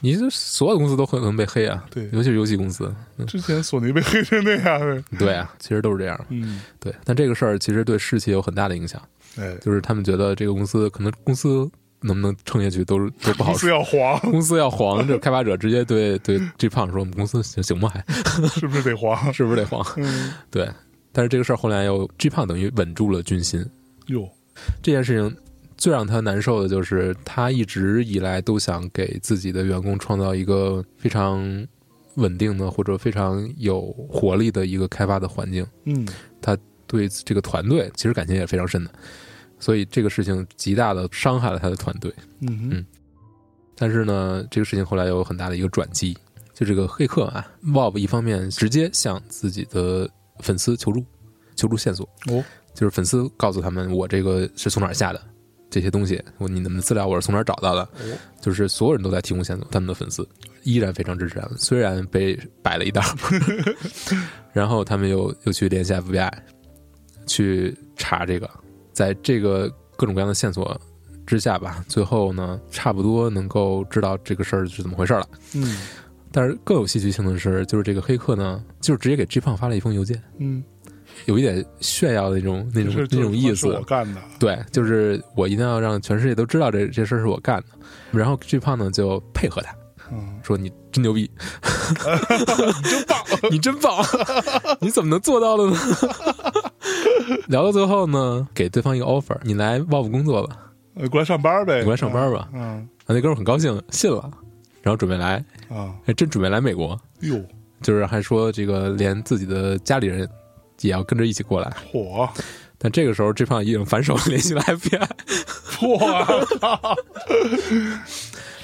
你这所有公司都很可能被黑啊，对尤其是游戏公司，嗯之前索尼被黑成那样，对对啊，其实都是这样。嗯，对，但这个事儿其实对士气有很大的影响，哎，就是他们觉得这个公司可能公司能不能撑下去都是都不好公司说。要黄，公司要黄，这开发者直接对对 G 胖说：“我们公司行行吗？还是不是得黄？是不是得黄？”嗯， [laughs] 对，但是这个事儿后来又 G 胖等于稳住了军心。哟，这件事情最让他难受的就是，他一直以来都想给自己的员工创造一个非常稳定的或者非常有活力的一个开发的环境，嗯，对这个团队其实感情也非常深的，所以这个事情极大的伤害了他的团队。嗯哼嗯但是呢，这个事情后来有很大的一个转机，就这个黑客啊，Valve 一方面直接向自己的粉丝求助，求助线索，哦，就是粉丝告诉他们我这个是从哪儿下的，这些东西，我你们的资料我是从哪儿找到的，哦，就是所有人都在提供线索，他们的粉丝依然非常支持他们，虽然被摆了一道， [laughs] 然后他们又又去联系 FBI 去查这个，在这个各种各样的线索之下吧，最后呢，差不多能够知道这个事儿是怎么回事了。嗯但是更有戏剧性的是，就是这个黑客呢，就是直接给 G 胖发了一封邮件，嗯，有一点炫耀的那种那种这事儿那就是种意是思，我干的，对，就是我一定要让全世界都知道这这事儿是我干的。然后 G 胖呢就配合他嗯，说：“你真牛逼， [laughs] 你真棒， [laughs] 你真棒，你怎么能做到的呢？”聊到最后呢，给对方一个 offer，你来 Valve 工作吧，呃过来上班呗，你过来上班吧。嗯，啊，那哥们儿很高兴，信了，然后准备来，嗯啊，还真准备来美国，哟，就是还说这个连自己的家里人也要跟着一起过来。火，但这个时候，G 胖已经反手联系了 [laughs] FBI。火，啊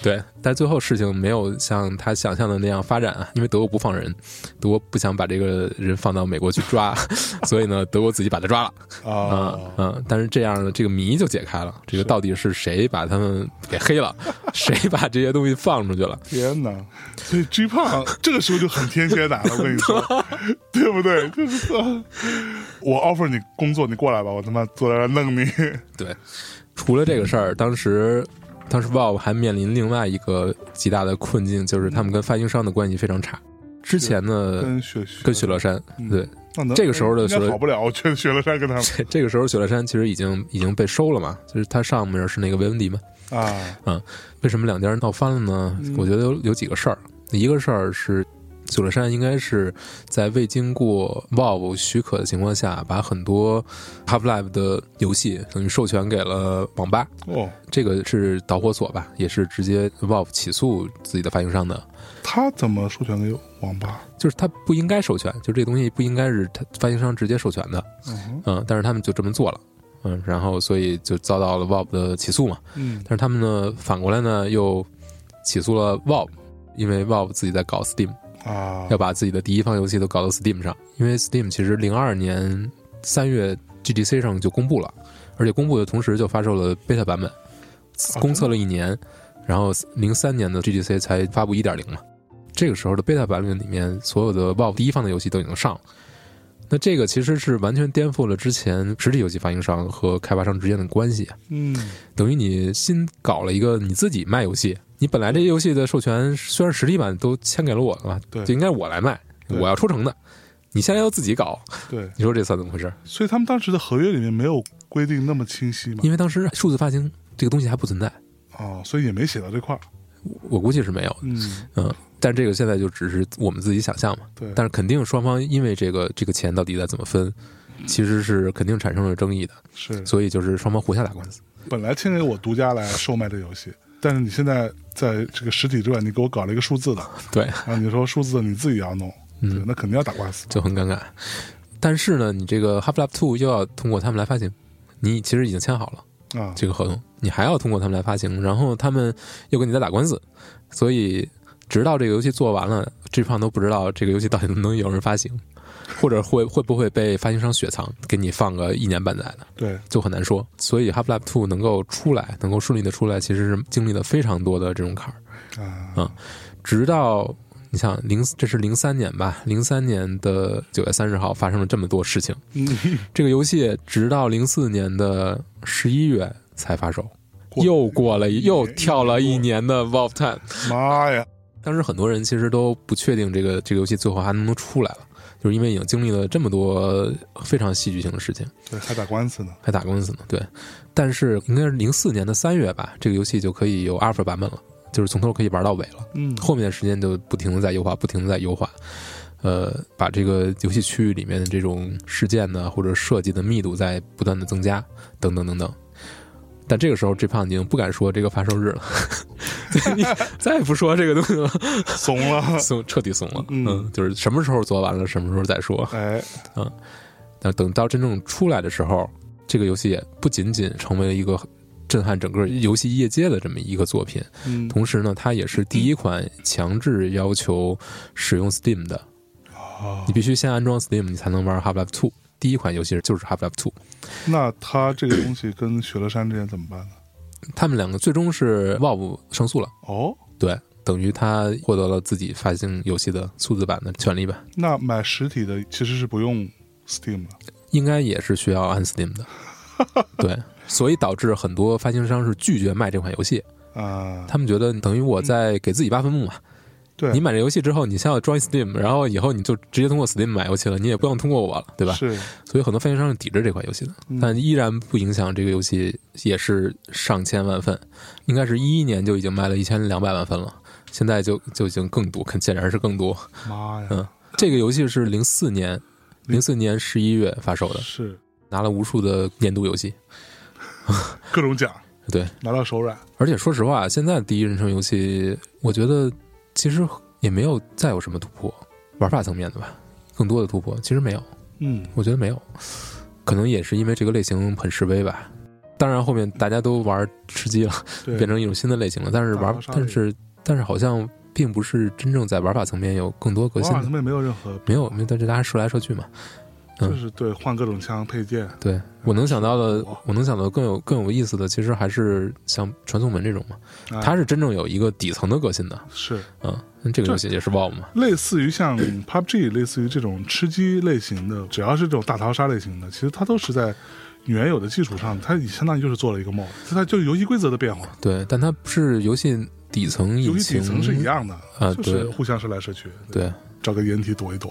对，但最后事情没有像他想象的那样发展啊，因为德国不放人，德国不想把这个人放到美国去 [laughs] 抓，所以呢，德国自己把他抓了啊啊，嗯，但是这样呢，这个谜就解开了，这个到底是谁把他们给黑 [laughs] 了，谁把这些东西放出去了？天哪！所以 G 胖这个时候就很天蝎男了，我跟 [laughs] 你说，对不对？就是啊我 offer 你工作，你过来吧，我他妈坐在这儿弄你。对，除了这个事儿，当时当时 Valve 还面临另外一个极大的困境，就是他们跟发行商的关系非常差。之前呢，跟雪跟雪乐山，嗯对，那能这个时候的应时该候好不了，我觉得雪乐山跟他们这这个时候雪乐山其实已经已经被收了嘛，就是它上面是那个维文迪嘛。啊，为什么两家人闹翻了呢？嗯我觉得有有几个事儿，一个事儿是。九乐山应该是在未经过 Valve 许可的情况下，把很多 Half-Life 的游戏等于授权给了网吧，哦，这个是导火索吧，也是直接 Valve 起诉自己的发行商的，他怎么授权给网吧？就是他不应该授权，就这东西不应该是他发行商直接授权的，嗯哼嗯，但是他们就这么做了，嗯，然后所以就遭到了 Valve 的起诉嘛，嗯但是他们呢，反过来呢又起诉了 Valve，因为 Valve 自己在搞 Steam，啊要把自己的第一方游戏都搞到 Steam 上，因为 Steam 其实零二年三月 GDC 上就公布了，而且公布的同时就发售了 beta 版本，公测了一年，然后零三年的 GDC 才发布一点零嘛。这个时候的 beta 版本里面，所有的 Valve 第一方的游戏都已经上了。那这个其实是完全颠覆了之前实体游戏发行商和开发商之间的关系啊，嗯等于你新搞了一个你自己卖游戏，你本来这游戏的授权虽然实体版都签给了我了，对就应该我来卖，对我要抽成的，你现在要自己搞，对，你说这算怎么回事？所以他们当时的合约里面没有规定那么清晰嘛，因为当时数字发行这个东西还不存在，啊，所以也没写到这块儿。我估计是没有，嗯，但这个现在就只是我们自己想象嘛。对，但是肯定双方因为这个这个钱到底该怎么分，其实是肯定产生了争议的，是所以就是双方互相打官司。 [laughs] 本来签给我独家来售卖这游戏，但是你现在在这个实体之外，你给我搞了一个数字的，对，啊，你说数字你自己要弄，嗯对，那肯定要打官司。就很尴尬。但是呢，你这个 Half-Life Two 又要通过他们来发行，你其实已经签好了。啊，这个合同，你还要通过他们来发行，然后他们又跟你在打官司，所以直到这个游戏做完了，G 胖都不知道这个游戏到底能不能有人发行，或者会会不会被发行商雪藏，给你放个一年半载的，对，就很难说。所以 Half-Life Two 能够出来，能够顺利的出来，其实是经历了非常多的这种坎儿，啊，直到你像零，这是零三年吧？零三年的九月三十号发生了这么多事情。这个游戏直到零四年的十一月才发售，过了又过了一一年嗯又跳了一年的 v o l v Time。 [laughs] 妈呀，当时很多人其实都不确定这个这个游戏最后还能不能出来了，就是因为已经经历了这么多非常戏剧性的事情，对，还打官司呢，还打官司呢。对，但是应该是零四年的三月吧，这个游戏就可以有阿尔法版本了，就是从头可以玩到尾了。嗯，后面的时间就不停的在优化，不停的在优化，呃，把这个游戏区域里面的这种事件呢或者设计的密度在不断的增加，等等等等。但这个时候 j p a 已经不敢说这个发售日了， [laughs] 你再也不说这个东西了，怂 [laughs] 了，怂彻底怂了。嗯嗯，就是什么时候做完了，什么时候再说。哎，但等到真正出来的时候，这个游戏也不仅仅成为了一个震撼整个游戏业界的这么一个作品，嗯，同时呢，它也是第一款强制要求使用 Steam 的，啊你，必须先安装 Steam，你才能玩 Half-Life Two。第一款游戏就是 Half-Life Two，那他这个东西跟雪乐山之间怎么办呢？他们两个最终是 Valve 胜诉了，哦，对，等于他获得了自己发行游戏的数字版的权利吧，那买实体的其实是不用 Steam 的，应该也是需要按 Steam [laughs] 的，对，所以导致很多发行商是拒绝卖这款游戏，啊、他们觉得等于我在给自己挖坟墓嘛。对你买这游戏之后，你先要 join Steam，然后以后你就直接通过 Steam 买游戏了，你也不用通过我了，对吧？是，所以很多发行商是抵制这款游戏的，嗯但依然不影响这个游戏也是上千万份，应该是一一年就已经卖了一千两百万份了，现在就就已经更多， [laughs] 肯显然是更多。妈呀，嗯这个游戏是零四年，零四年十一月发售的，是拿了无数的年度游戏。各种奖，对，拿到手软，而且说实话，现在第一人称游戏，我觉得其实也没有再有什么突破，玩法层面的吧，更多的突破其实没有。嗯，我觉得没有，可能也是因为这个类型很示威吧。当然，后面大家都玩吃鸡了，对，变成一种新的类型了。但是大玩逃，杀但是但是好像并不是真正在玩法层面有更多革我新好的像，没有任何，没有，没有，但是大家说来说去嘛。嗯就是对换各种枪配件，对我能想到的哇，我能想到更有更有意思的，其实还是像传送门这种嘛，啊它是真正有一个底层的革新的。是嗯，那这个游戏也是 WoW 嘛，类似 [clears throat] 于像 PUBG，类似于这种吃鸡类型的，只要是这种大逃杀类型的，其实它都是在原有的基础上，它相当于就是做了一个 mod，就它就是游戏规则的变化，对，但它不是游戏底层游引戏擎底层是一样的，啊就是对互相射来射去，对。找个掩体躲一躲，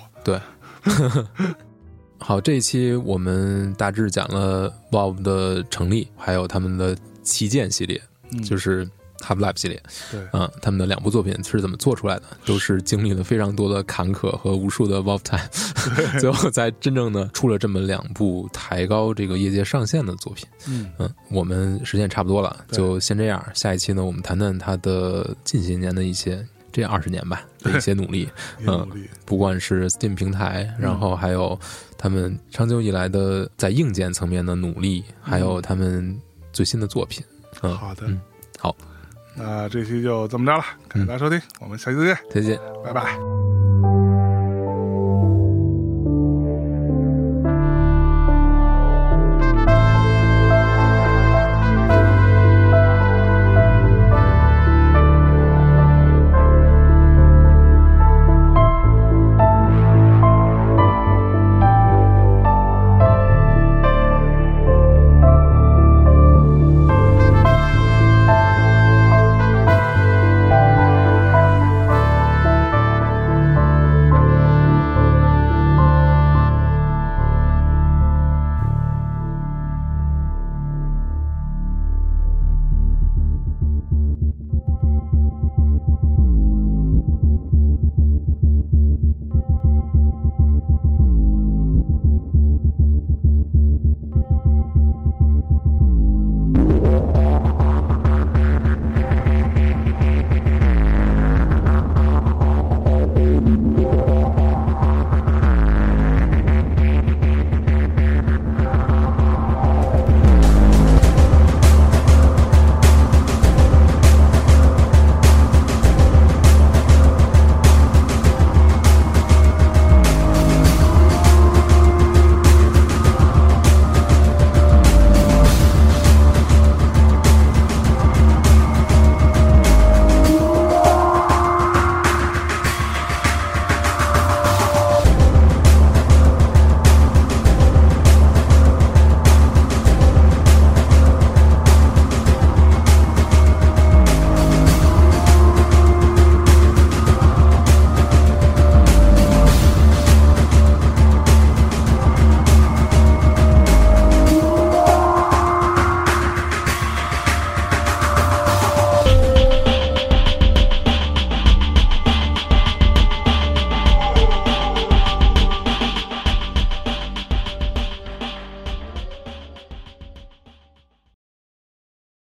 好，这一期我们大致讲了 Valve 的成立，还有他们的旗舰系列，嗯，就是 Half Life 系列，对，嗯，他们的两部作品是怎么做出来的，都是经历了非常多的坎坷和无数的 Valve [laughs] time，最后才真正的出了这么两部抬高这个业界上限的作品。嗯，嗯，我们时间也差不多了，对就先这样。下一期呢，我们谈谈他的近些年的一些这二十年 [laughs] 吧的一些努力。也努力，不管是 Steam 平台，嗯然后还有他们长久以来的在硬件层面的努力，还嗯有他们最新的作品。嗯，好的嗯，嗯那这期就这么着了，感谢大家收听，我们下期再见，再见。拜拜。